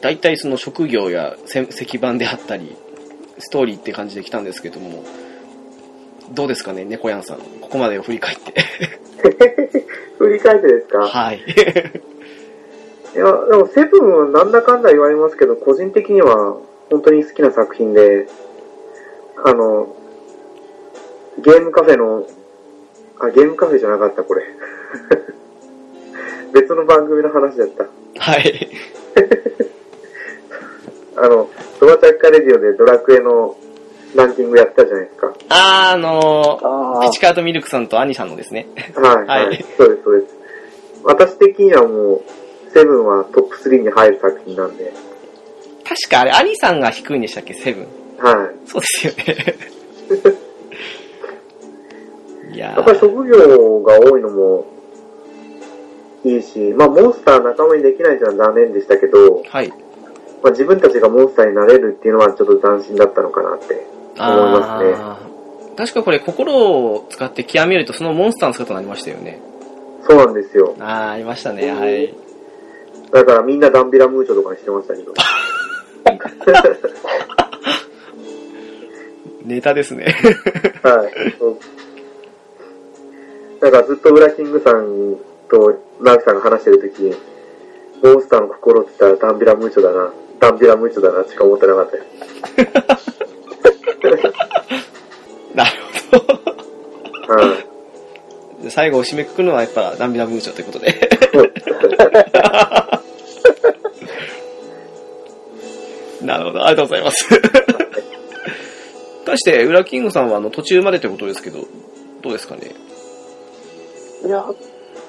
A: 大体その職業やせ石板であったり、ストーリーって感じで来たんですけども、どうですかね、猫やんさん。ここまでを振り返って。
C: 振り返ってです か、
A: はい。
C: いや、でも、セブンはなんだかんだ言われますけど、個人的には本当に好きな作品で、あの、ゲームカフェの、あ、ゲームカフェじゃなかった、これ。 別の番組の話だった。
A: はい。
C: あの、ドバチャッカレディオでドラクエのランキングやったじゃないですか。
A: あー、あのー、
B: あ
A: ピチカートミルクさんとアニさんのですね。
C: はい、はい、
A: はい
C: そうです、そうです。私的にはもう、セブンはトップ3に入る作品なんで、
A: 確かあれ、アニさんが低いんでしたっけ、セブン。
C: はい。
A: そうですよね。いや
C: やっぱり
A: ー、
C: 職業が多いのもいいし、まあモンスター仲間にできないっていうのは残念でしたけど、
A: はい。
C: まあ自分たちがモンスターになれるっていうのはちょっと斬新だったのかなって。思いますね
A: あー、確かこれ、心を使って極めると、そのモンスターの姿になりましたよね。
C: そうなんですよ。
A: あー、ありましたね、はい。
C: だからみんなダンビラムーチョとかにしてましたけど。
A: ネタですね。
C: はい。そうなんかずっとウラキングさんとナークさんが話してるとき、モンスターの心って言ったらダンビラムーチョだな、ダンビラムーチョだなしか思ってなかったです。
A: なるほど。
C: はい。
A: で最後、締めくくるのはやっぱ、ダンビラムーチョということで。なるほど、ありがとうございます。 対して、ウラキングさんはあの途中までということですけど、どうですかね
B: いや、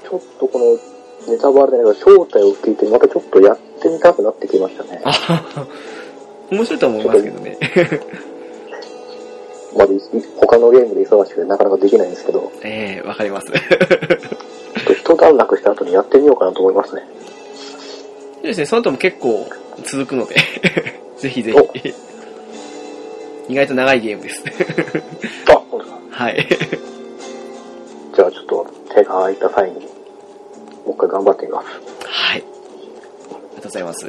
B: ちょっとこのネタバレだけど、正体を聞いて、またちょっとやってみたくなってきましたね。
A: あはは面白いとは思いますけどね。
B: まだい他のゲームで忙しくてなかなかできないんですけど、
A: ええわかり ます。
B: ちょっと一段落した後にやってみようかなと思いますね。
A: そうですね、その後も結構続くので、 ぜひぜ ひ。意外と長いゲームです。
B: あ、本当だ。
A: はい。
B: じゃあちょっと手が空いた際に、もう一回頑張ってみます。
A: はい。ありがとうございます。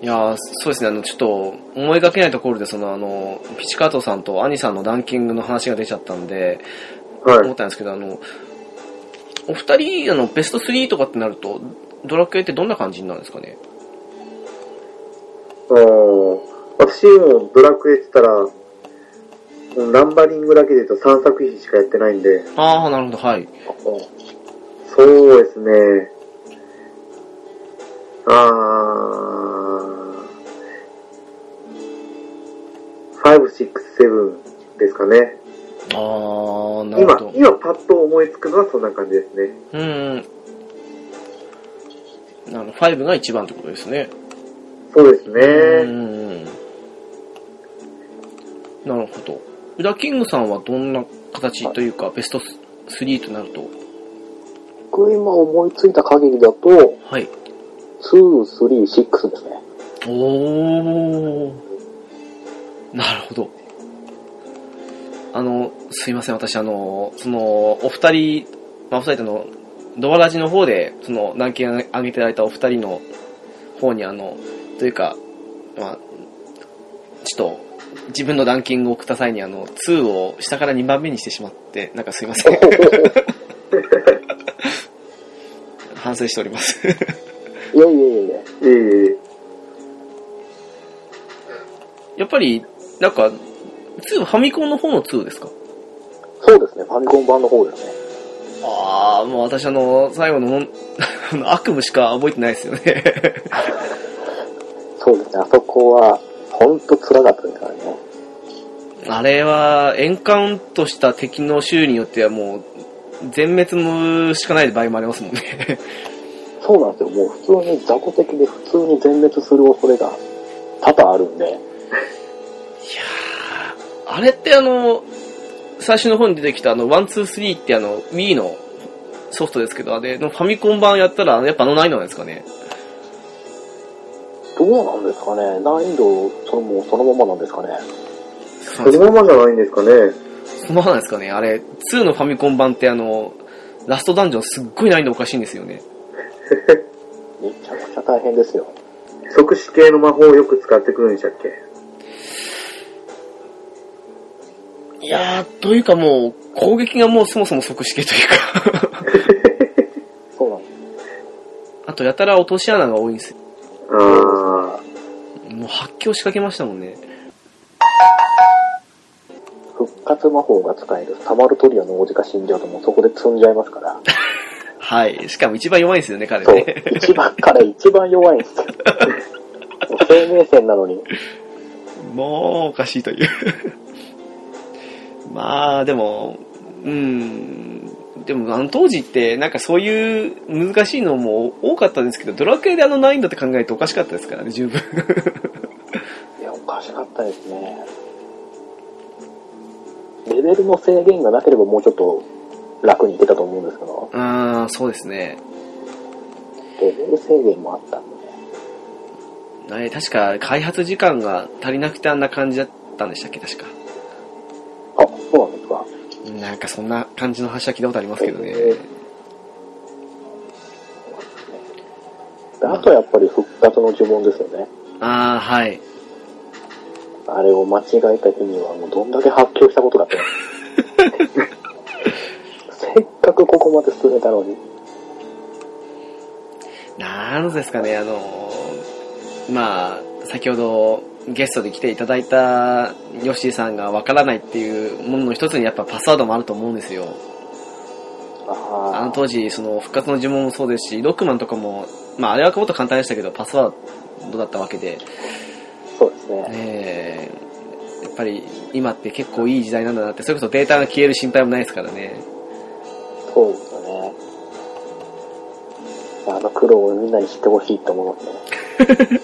A: いやーそうですね、あの、ちょっと、思いがけないところで、その、あの、ピチカートさんとアニさんのランキングの話が出ちゃったんで、
C: は
A: 思
C: い
A: っ。たんですけど、あの、お二人、あの、ベスト3とかってなると、ドラクエってどんな感じになるんですかね
C: うん私もドラクエって言ったら、もうナンバリングだけで言うと3作品しかやってないんで、
A: ああ、なるほど、はい。
C: そうですね。あー、5、6、7ですかね。
A: ああ、なるほ
C: 今
A: ど、。
C: 今パッと思いつくのはそんな感じですね。
A: うーん。あの、5が一番ってことですね。
C: そうです
A: う
C: ね。
A: ん。なるほど。ウダキングさんはどんな形というか、ベスト3となると、
B: 僕今思いついた限りだと、
A: はい。
B: 2、3、6ですね。
A: おー。なるほど。あの、すいません、私あの、その、お二人、まあ、お二人との、ドワラジの方で、その、ランキング上げていただいたお二人の方にあの、というか、まあ、ちょっと、自分のランキングを送った際にあの、2を下から2番目にしてしまって、なんかすいません。反省しております。
B: いやいやいやいや。
C: ええ
A: やっぱり、なんか、2、ファミコンの方の2ですか
B: そうですね、ファミコン版の方ですね。
A: ああ、もう私あの、最後のほん あの悪夢しか覚えてないですよね。
B: そうですね、あそこは、ほんと辛かったですからね。
A: あれは、エンカウントした敵の種類によってはもう、全滅もしかない場合もありますもんね。
B: そうなんですよ、もう普通に雑魚的で普通に全滅する恐れが多々あるんで。
A: あれってあの、最初の方に出てきたあの、1,2,3ってあの、Wii のソフトですけど、あれのファミコン版やったら、やっぱあの難易度なんですかね。
B: どうなんですかね、難易度、そのもうそのままなんですかね。
A: そ
C: そのままじゃないんですかね。
A: のままなんですかね。あれ、2のファミコン版ってあの、ラストダンジョンすっごい難易度おかしいんですよね。
B: めちゃくちゃ大変ですよ。
C: 即死系の魔法をよく使ってくるんでしたっけ
A: いやー、というかもう、攻撃がもうそもそも即死系というか。
B: そうなんです。
A: あと、やたら落とし穴が多いんですよ。
C: ああ、
A: もう発狂仕掛けましたもんね。
B: 復活魔法が使えるサマルトリアの王子が死んじゃうともうそこで積んじゃいますから。
A: はい。しかも一番弱いんですよね、彼
B: そう
A: ね。。
B: 一番から一番弱いんですよ。 もう生命線なのに。
A: もう、おかしいという。まあ、でも、うん。でも、あの当時って、なんかそういう難しいのも多かったんですけど、ドラクエであの難易度って考えるとおかしかったですからね、十分。
B: いや、おかしかったですね。レベルの制限がなければもうちょっと楽にいけたと思うんですけど、
A: あー、そうですね。
B: レベル制限もあったんでね。
A: えー確か、開発時間が足りなくてあんな感じだったんでしたっけ、確か。
B: あ、そうなんですか。
A: なんかそんな感じの話は聞いたことありますけどね。
B: であとやっぱり復活の呪文ですよね。
A: ああ、はい。
B: あれを間違えた日にはもうどんだけ発狂したこ とかって。せっかくここまで進めたのに。
A: なんですかね、あのーまあ、先ほどゲストで来ていただいたヨッシーさんがわからないっていうものの一つにやっぱパスワードもあると思うんですよ。
B: あ
A: あの当時、その復活の呪文もそうですし、ロックマンとかも、まああれはもっと簡単でしたけど、パスワードだったわけで、
B: そうですね。
A: えーやっぱり今って結構いい時代なんだなって、それこそデータが消える心配もないですからね。
B: そうですよね。あの苦労をみんなに知ってほしいと思いますね。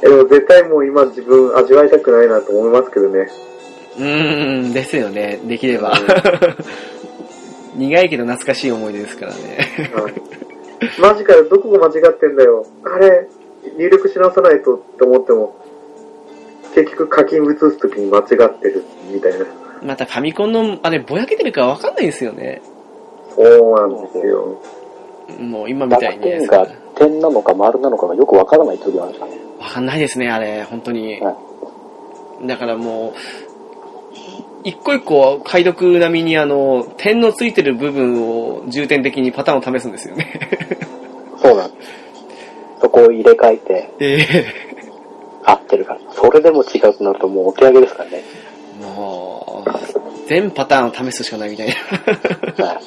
C: でも絶対もう今自分味わいたくないなと思いますけどね。
A: うーん、ですよね。できれば。苦いけど懐かしい思い出ですからね。
C: はいマジかよ、どこが間違ってんだよ。あれ、入力し直さないとって思っても、結局課金移すときに間違ってるみたいな。
A: またファミコンの、あれ、ぼやけてるかわかんないんですよね。
C: そうなんですよ。
A: もう今み
B: 濁
A: たいにで
B: 点
A: すから
B: が点なのか丸なのかがよくわからない時があるんですかね。
A: わかんないですね、あれ、本当に。
B: はい。
A: だからもう、一個一個解読並みにあの、点のついてる部分を重点的にパターンを試すんですよね。
B: そうなんです。そこを入れ替えて
A: ええ
B: 合ってるから。それでも違うとなるともうお手上げですからね。
A: もう、全パターンを試すしかないみたいな。
B: はい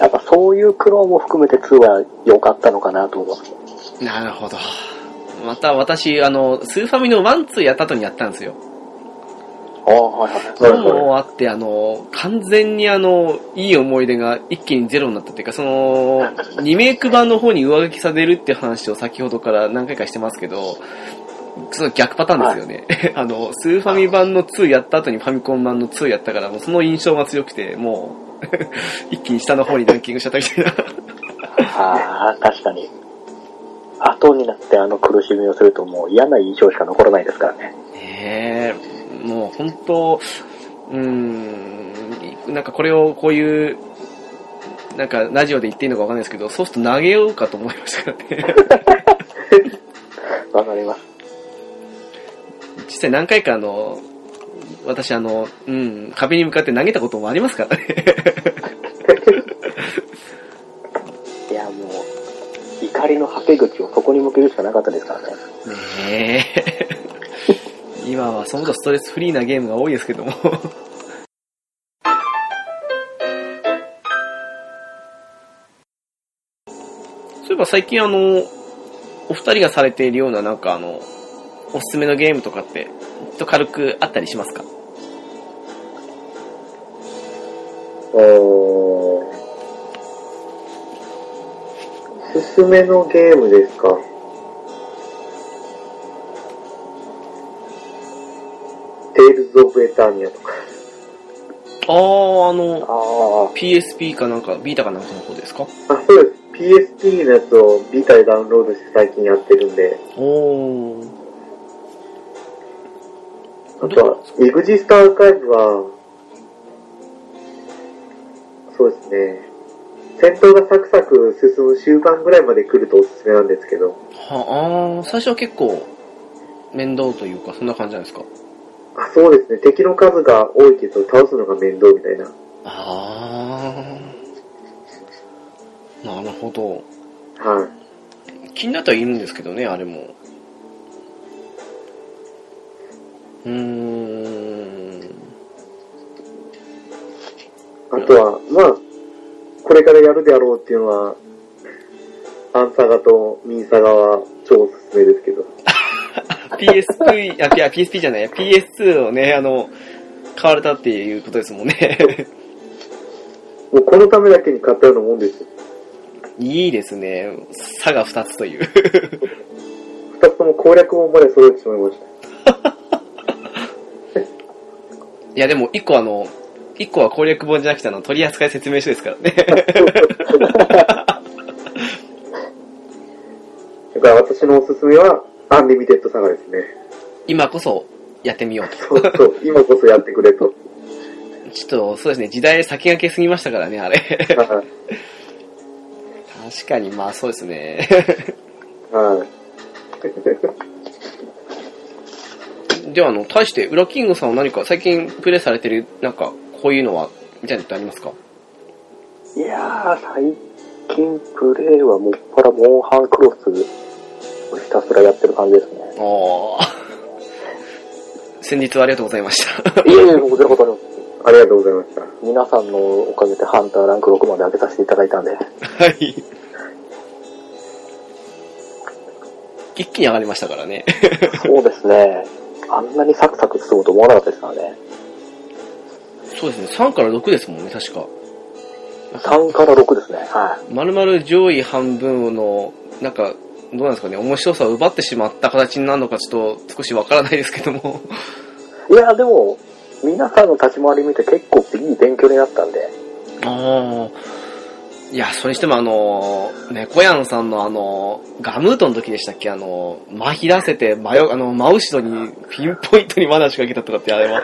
B: やっぱそういう苦労も含めて2は良かったのかなと思います。
A: なるほど。また私、あの、スーファミのワンツーやった後にやったんですよ。
B: ああ、はいはい。
C: はいはい
A: もうあって、あの、完全にあの、いい思い出が一気にゼロになったっていうか、その、リメイク版の方に上書きされるっていう話を先ほどから何回かしてますけど、ちょっと逆パターンですよね。 あの、スーファミ版の2やった後にファミコン版の2やったから、もうその印象が強くて、もう、一 気に下の方にランキングしちゃったみたいな。
B: ああ、確かに。後になってあの苦しみをするともう嫌な印象しか残らないですからね。
A: ねえ、もう本当、うーん、なんかこれをこういう、なんかラジオで言っていいのかわかんないですけど、そうすると投げようかと思いましたからね。
B: わかります。
A: 実際何回かあの、私あの、うん、壁に向かって投げたこともありますからね。
B: いや、もう、怒りのはけ口をそこに向けるしかなかったですからね。
A: ねえ。 今はその他ストレスフリーなゲームが多いですけども。 そういえば最近あの、お二人がされているようななんかあの、おすすめのゲームとかって、ちょっと軽くあったりしますか
B: おー。
C: おすすめのゲームですかテイルズ・オブ・エターニアとか。
A: あー、あの、
B: あ
A: PSP かなんか、ビータかなんかの方ですか
C: あ、そうです。PSP のやつをビータでダウンロードして最近やってるんで。
A: おー。
C: あとは、エグジストアーカイブは、そうですね。戦闘がサクサク進む終盤ぐらいまで来るとおすすめなんですけど。
A: はあー、最初は結構、面倒というか、そんな感じなんですか
C: あ、そうですね。敵の数が多いけど倒すのが面倒みたいな。
A: ああ。なるほど。
C: はい。
A: 気になったらいるんですけどね、あれも。うーん。
C: あとは、まあ、これからやるであろうっていうのは、アンサガとミンサガは超おすすめですけど。
A: PSP、あ、いや PSP じゃないや、PS2 をね、あの、買われたっていうことですもんね。
C: もうこのためだけに買ったようなもんですよ。
A: いいですね。差が2つという。
C: 二つとも攻略本まで揃えてしまいました。
A: いや、でも1個あの、1個は攻略本じゃなくてあの、取扱説明書ですからね。
C: だから私のおすすめは、アンリミテッドサガですね。
A: 今こそやってみようと。
C: そうそう、今こそやってくれと。
A: ちょっと、そうですね、時代先駆けすぎましたからね、あれ。
C: はい
A: 確かに、まあそうですね。
C: はい。
A: では、あの、対して、ウラキングさんは何か最近プレイされてる、なんか、こういうのは、みたいなのってありますか
B: ーいやー、最近プレイはもっぱらモンハンクロスをひたすらやってる感じですね。
A: ああ。先日はありがとうございました。
B: いえいえ、もうこちらこそあります
C: ありがとうございました。
B: 皆さんのおかげでハンターランク6まで上げさせていただいた んで。
A: はい。一気に上がりましたからね。
B: そうですね。あんなにサクサク進むと思わなかったですからね。
A: そうですね、3から6ですもんね、確か。
B: 3から6ですね。は
A: まるまる上位半分の、なんか、どうなんですかね、面白さを奪ってしまった形になるのか、ちょっと少しわからないですけども。
B: い。いや、でも、皆さんの立ち回り見て結構いい勉強になったんで。
A: ああ。いや、それにしてもあの、猫やんさんのあの、ガムートの時でしたっけあの、まひらせて、真よ、あの、真後ろに、ピンポイントに罠仕掛けたとかってあれは、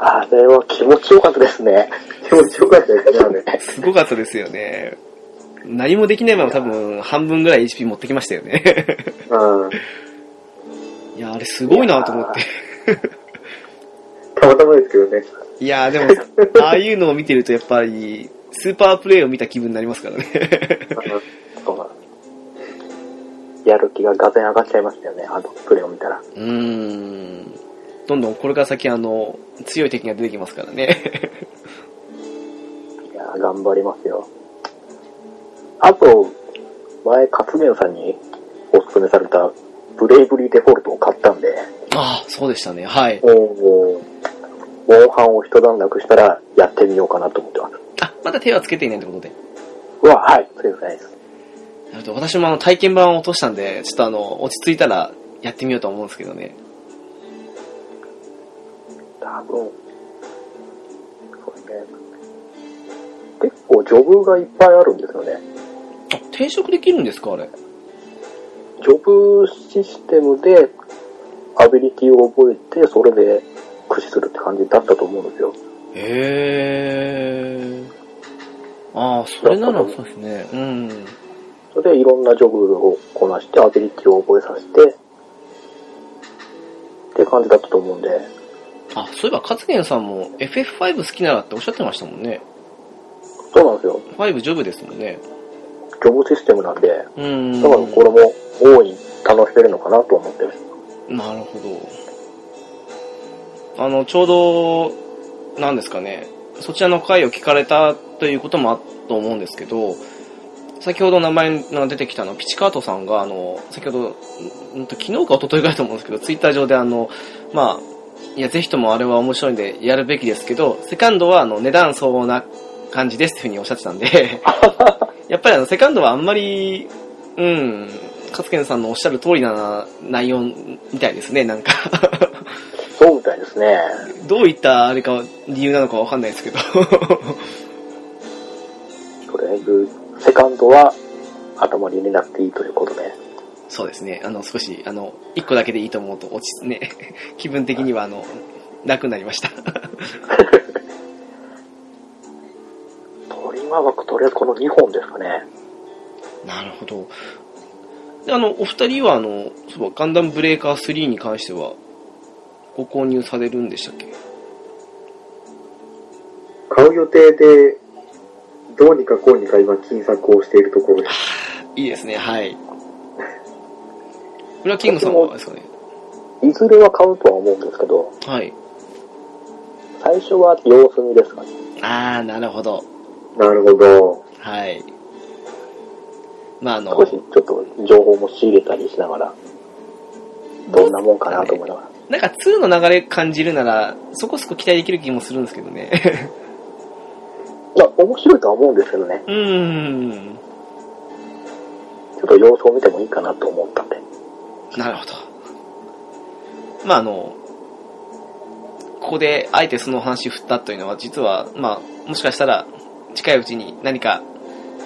B: あれは気持ちよかったですね。
C: 気持ちよかったですね、あれ。
A: すごかったですよね。何もできないまま多分、半分ぐらい HP 持ってきましたよね。
C: うん。
A: いや、あれすごいなと思って。
C: たまたまですけどね。
A: いや、でも、ああいうのを見てるとやっぱり、スーパープレイを見た気分になりますからね。
B: そうなんですやる気ががぜん上がっちゃいましたよね、あのプレイを見たら。
A: うーん。どんどんこれから先あの、強い敵が出てきますからね。
B: いやー、頑張りますよ。あと、前、勝宮さんにお勧めされた、ブレイブリーデフォルトを買ったんで、
A: ああ、そうでしたね。はい。
B: もう、モンハンを一段落したらやってみようかなと思ってます。
A: あ、まだ手はつけていないってことで。
B: うわ、はい、そうですね。
A: なるほど。私もあの体験版を落としたんで、ちょっとあの、落ち着いたらやってみようとは思うんですけどね。
B: 多分、そうね。結構ジョブがいっぱいあるんですよね。
A: あ、転職できるんですかあれ。
B: ジョブシステムでアビリティを覚えて、それで駆使するって感じだったと思うんですよ。
A: へー。ああ、それならそうですね。うん。
B: それでいろんなジョブをこなして、アビリティを覚えさせて、って感じだったと思うんで、
A: あ、そういえば、勝元さんも FF5 好きならっておっしゃってましたもんね。
B: そうなんですよ。
A: 5ジョブですもんね。
B: ジョブシステムなんで、だか
A: うーん。
B: らこれも大いに楽しめるのかなと思ってる。
A: なるほど。あの、ちょうど、なんですかね、そちらの回を聞かれたということもあったと思うんですけど、先ほど名前が出てきたの、ピチカートさんが、あの、先ほど、うんと昨日か一昨日ぐらいと思うんですけど、ツイッター上であの、まあ、いや、ぜひともあれは面白いんでやるべきですけど、セカンドはあの、値段相応な感じですっていうふうにおっしゃってたん で、やっぱりあの、セカンドはあんまり、うん、勝健さんのおっしゃる通りな内容みたいですね、 なんか。
B: そうみたいですね。
A: どういったあれか、理由なのかわかんないですけど。
B: とりあえず、セカンドは頭に入れなくていいということで。
A: そうですね、あの、少し、あの、一個だけでいいと思うと、落ち、ね、 気分的にはあの、楽になりました。
B: 鳥は枠、とりあえずこの2本ですかね。
A: なるほど。で、あの、お二人はあの、そうかガンダムブレーカー3に関しては、ご購入されるんでしたっけ
C: 買う予定で、どうにかこうにか今、金策をしているところです。
A: いいですね、はい。ブラキングさんはですかね。
B: いずれは買うとは思うんですけど、
A: はい。
B: 最初は様子見ですかね。
A: あー、なるほど。
C: なるほど。
A: はい。まあ、あの、
B: 少しちょっと情報も仕入れたりしながら、どんなもんかなと思いながら。
A: なんか2の流れ感じるなら、そこそこ期待できる気もするんですけどね。
B: いや、面白いとは思うんですけどね。
A: うーん。
B: ちょっと様子を見てもいいかなと思ったんで。
A: なるほど。まあ、あの、ここであえてその話振ったというのは、実は、まあ、もしかしたら、近いうちに何か、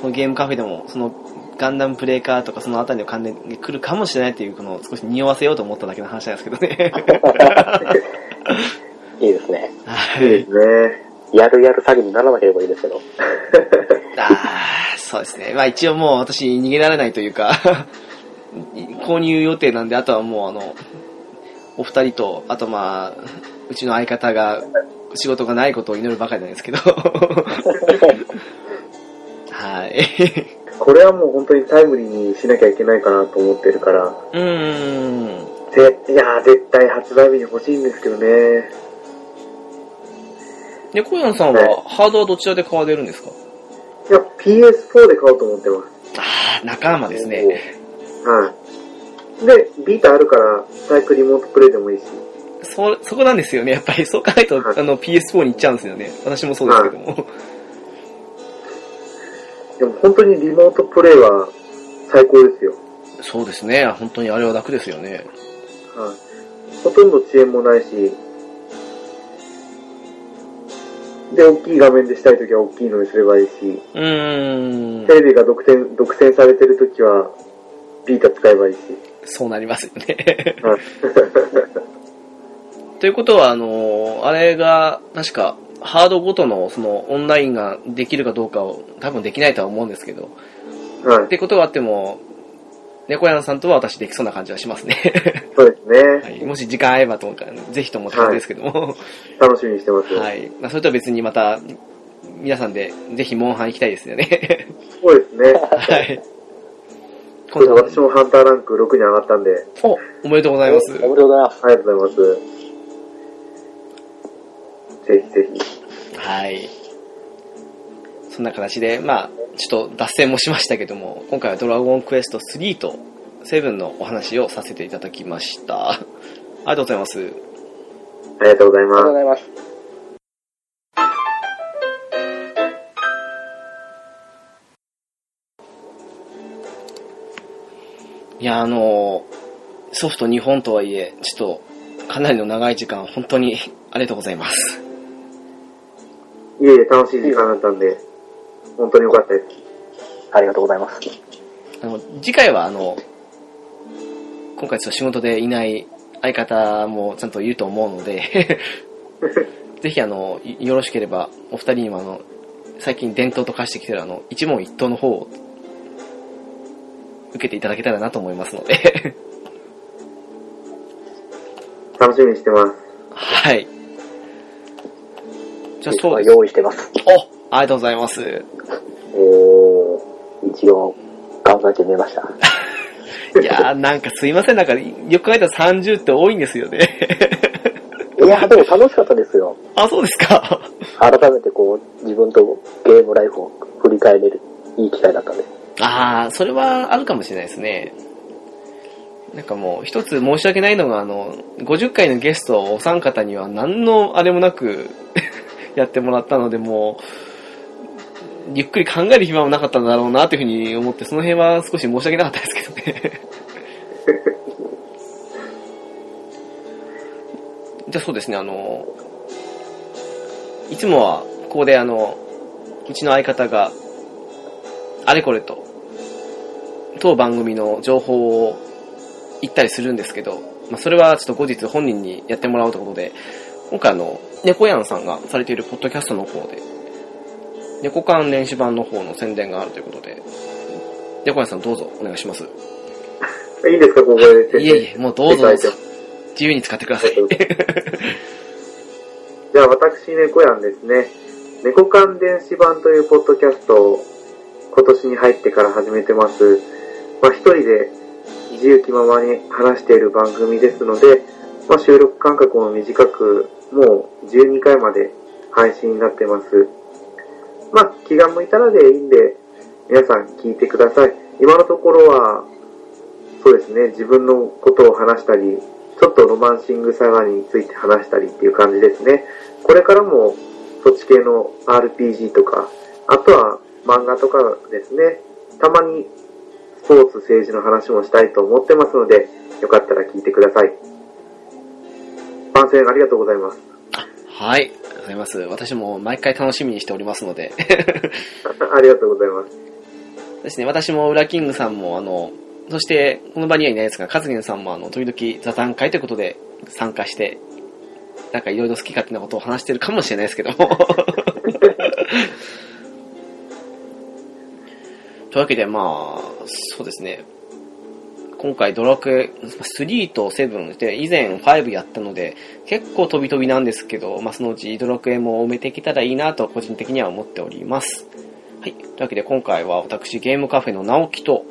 A: このゲームカフェでも、その、ガンダムブレーカーとかそのあたりの関連で来るかもしれないという、この少し匂わせようと思っただけの話なんですけどね。
B: いいですね。
A: はい
C: い
A: い
C: ですね。
B: やるやる詐欺にならなければいいですけど。
A: ああ、そうですね。まあ一応もう私逃げられないというか、 購入予定なんで、あとはもうあの、お二人と、あとまあ、うちの相方が仕事がないことを祈るばかりなんですけ ど。はい。
C: これはもう本当にタイムリーにしなきゃいけないかなと思ってるから、
A: うーん。
C: ぜいやー絶対発売日に欲しいんですけどね。
A: で、小山さんはハードはどちらで買われるんですか
C: いや、PS4 で買おうと思ってま
A: ああ、仲間ですね。
B: ね。
C: す。はい。で、ビータあるから、サイクリモートプレイでもいいし。
A: そ、そこなんですよね。やっぱりそう考えると、あの PS4 に行っちゃうんですよね。私もそうですけども。
C: でも本当にリモートプレイは最高ですよ。
A: そうですね。本当にあれは楽ですよね。
C: はい。ほとんど遅延もないし。で、大きい画面でしたいときは大きいのにすればいいし、
A: うーん
C: テ。レビが独占、独占されてるときは、ビータ使えばいいし。
A: そうなりますよね。
C: はい。
A: ということは、あの、あれが、確か、ハードごとの、その、オンラインができるかどうかを、多分できないとは思うんですけど、
C: は
A: っ
C: い。
A: てことがあっても、猫屋さんとは私できそうな感じはしますね。
C: そうですね。
A: はい、 もし時間合えばと思ったら、ぜひともってことですけども。
C: 楽しみにしてます よ。
A: はい。まあ、それとは別にまた、皆さんで、ぜひ、モンハン行きたいですよね。
C: そうですね。
A: はい。
C: そうです私もハンターランク6に上がったんで、
A: お、おめでとうご
B: お
A: ざい
B: め
A: ま。
B: ですとうございます。
C: ありがとうございます。ぜひぜひ。
A: はい。そんな形で、まあ、ちょっと脱線もしましたけども、今回はドラゴンクエスト3と7のお話をさせていただきました。ありがとうございます。
C: ありがとうござい
B: ありがと
C: ま
B: うございます。
A: いや、あの、ソフト日本とはいえ、ちょっと、かなりの長い時間、本当にありがとうございます。
C: いえいえ、楽しい時間だったんで、本当に良かったです。
B: ありがとうございます。
A: あの、次回は、あの、今回ちょっと仕事でいない相方もちゃんといると思うの で、ぜひ、あの、いよろしければ、お二人にも、あの、最近伝統と化してきてる、あの、一問一答の方を、受けていただけたらなと思いますので、
C: 楽しみにしてます。
A: はい。じゃあ、そうです。
B: 用意してます。
A: おありがとうございます。
B: えー、一応、頑張ってみました。
A: いやー、なんかすいません、なんか、よく考えたら30って多いんですよね。
B: いや、でも楽しかったですよ。
A: あ、そうですか。
B: 改めてこう、自分とゲームライフを振り返れる、いい機会だったんで。
A: あー、それはあるかもしれないですね。なんかもう、一つ申し訳ないのが、あの、50回のゲストお三方には何のあれもなく やってもらったので、もう、ゆっくり考える暇もなかったんだろうな、というふうに思って、その辺は少し申し訳なかったですけどね。 じゃあそうですね、あの、いつもは、ここであの、うちの相方が、あれこれと、当番組の情報を言ったりするんですけど、まあ、それはちょっと後日本人にやってもらうということで、今回あの、猫やんさんがされているポッドキャストの方で、猫缶電子版の方の宣伝があるということで、猫やんさんどうぞお願いします。い
C: いいんですか、ここで。
A: えいえ、もうどうぞどうぞ自由に使ってください。
C: じゃあ私、猫やんですね。猫缶電子版というポッドキャストを今年に入ってから始めてます。まあ一人で自由気ままに話している番組ですので、まあ収録間隔も短く、もう12回まで配信になってます。まあ気が向いたらでいいんで、皆さん聞いてください。今のところは、そうですね、自分のことを話したり、ちょっとロマンシングサガについて話したりっていう感じですね。これからもそっち系の RPG とか、あとは漫画とかですね、たまにスポーツ、政治の話もしたいと思ってますので、よかったら聞いてください。番宣ありがとうございます。
A: はい、ありがとうございます。私も毎回楽しみにしておりますので。
C: ありがとうございます。
A: ですね、私もウラキングさんも、あの、そして、この場にはいないですが、カズゲンさんも、あの、時々座談会ということで参加して、なんかいろいろ好き勝手なことを話してるかもしれないですけども。 というわけで、まあ、そうですね。今回ドラクエ3と7で、以前5やったので、結構飛び飛びなんですけど、まあ、そのうちドラクエも埋めていけたらいいなと個人的には思っております。はい。というわけで今回は私ゲームカフェの直樹と、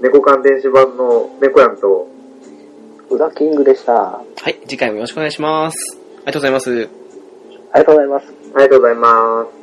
C: 猫缶電子版の猫やんと、
B: ウラキングでした。あ
A: はい、次回もよろしくお願いします。ありがとうございます。
B: りがとうございます。
C: ありがとうございます。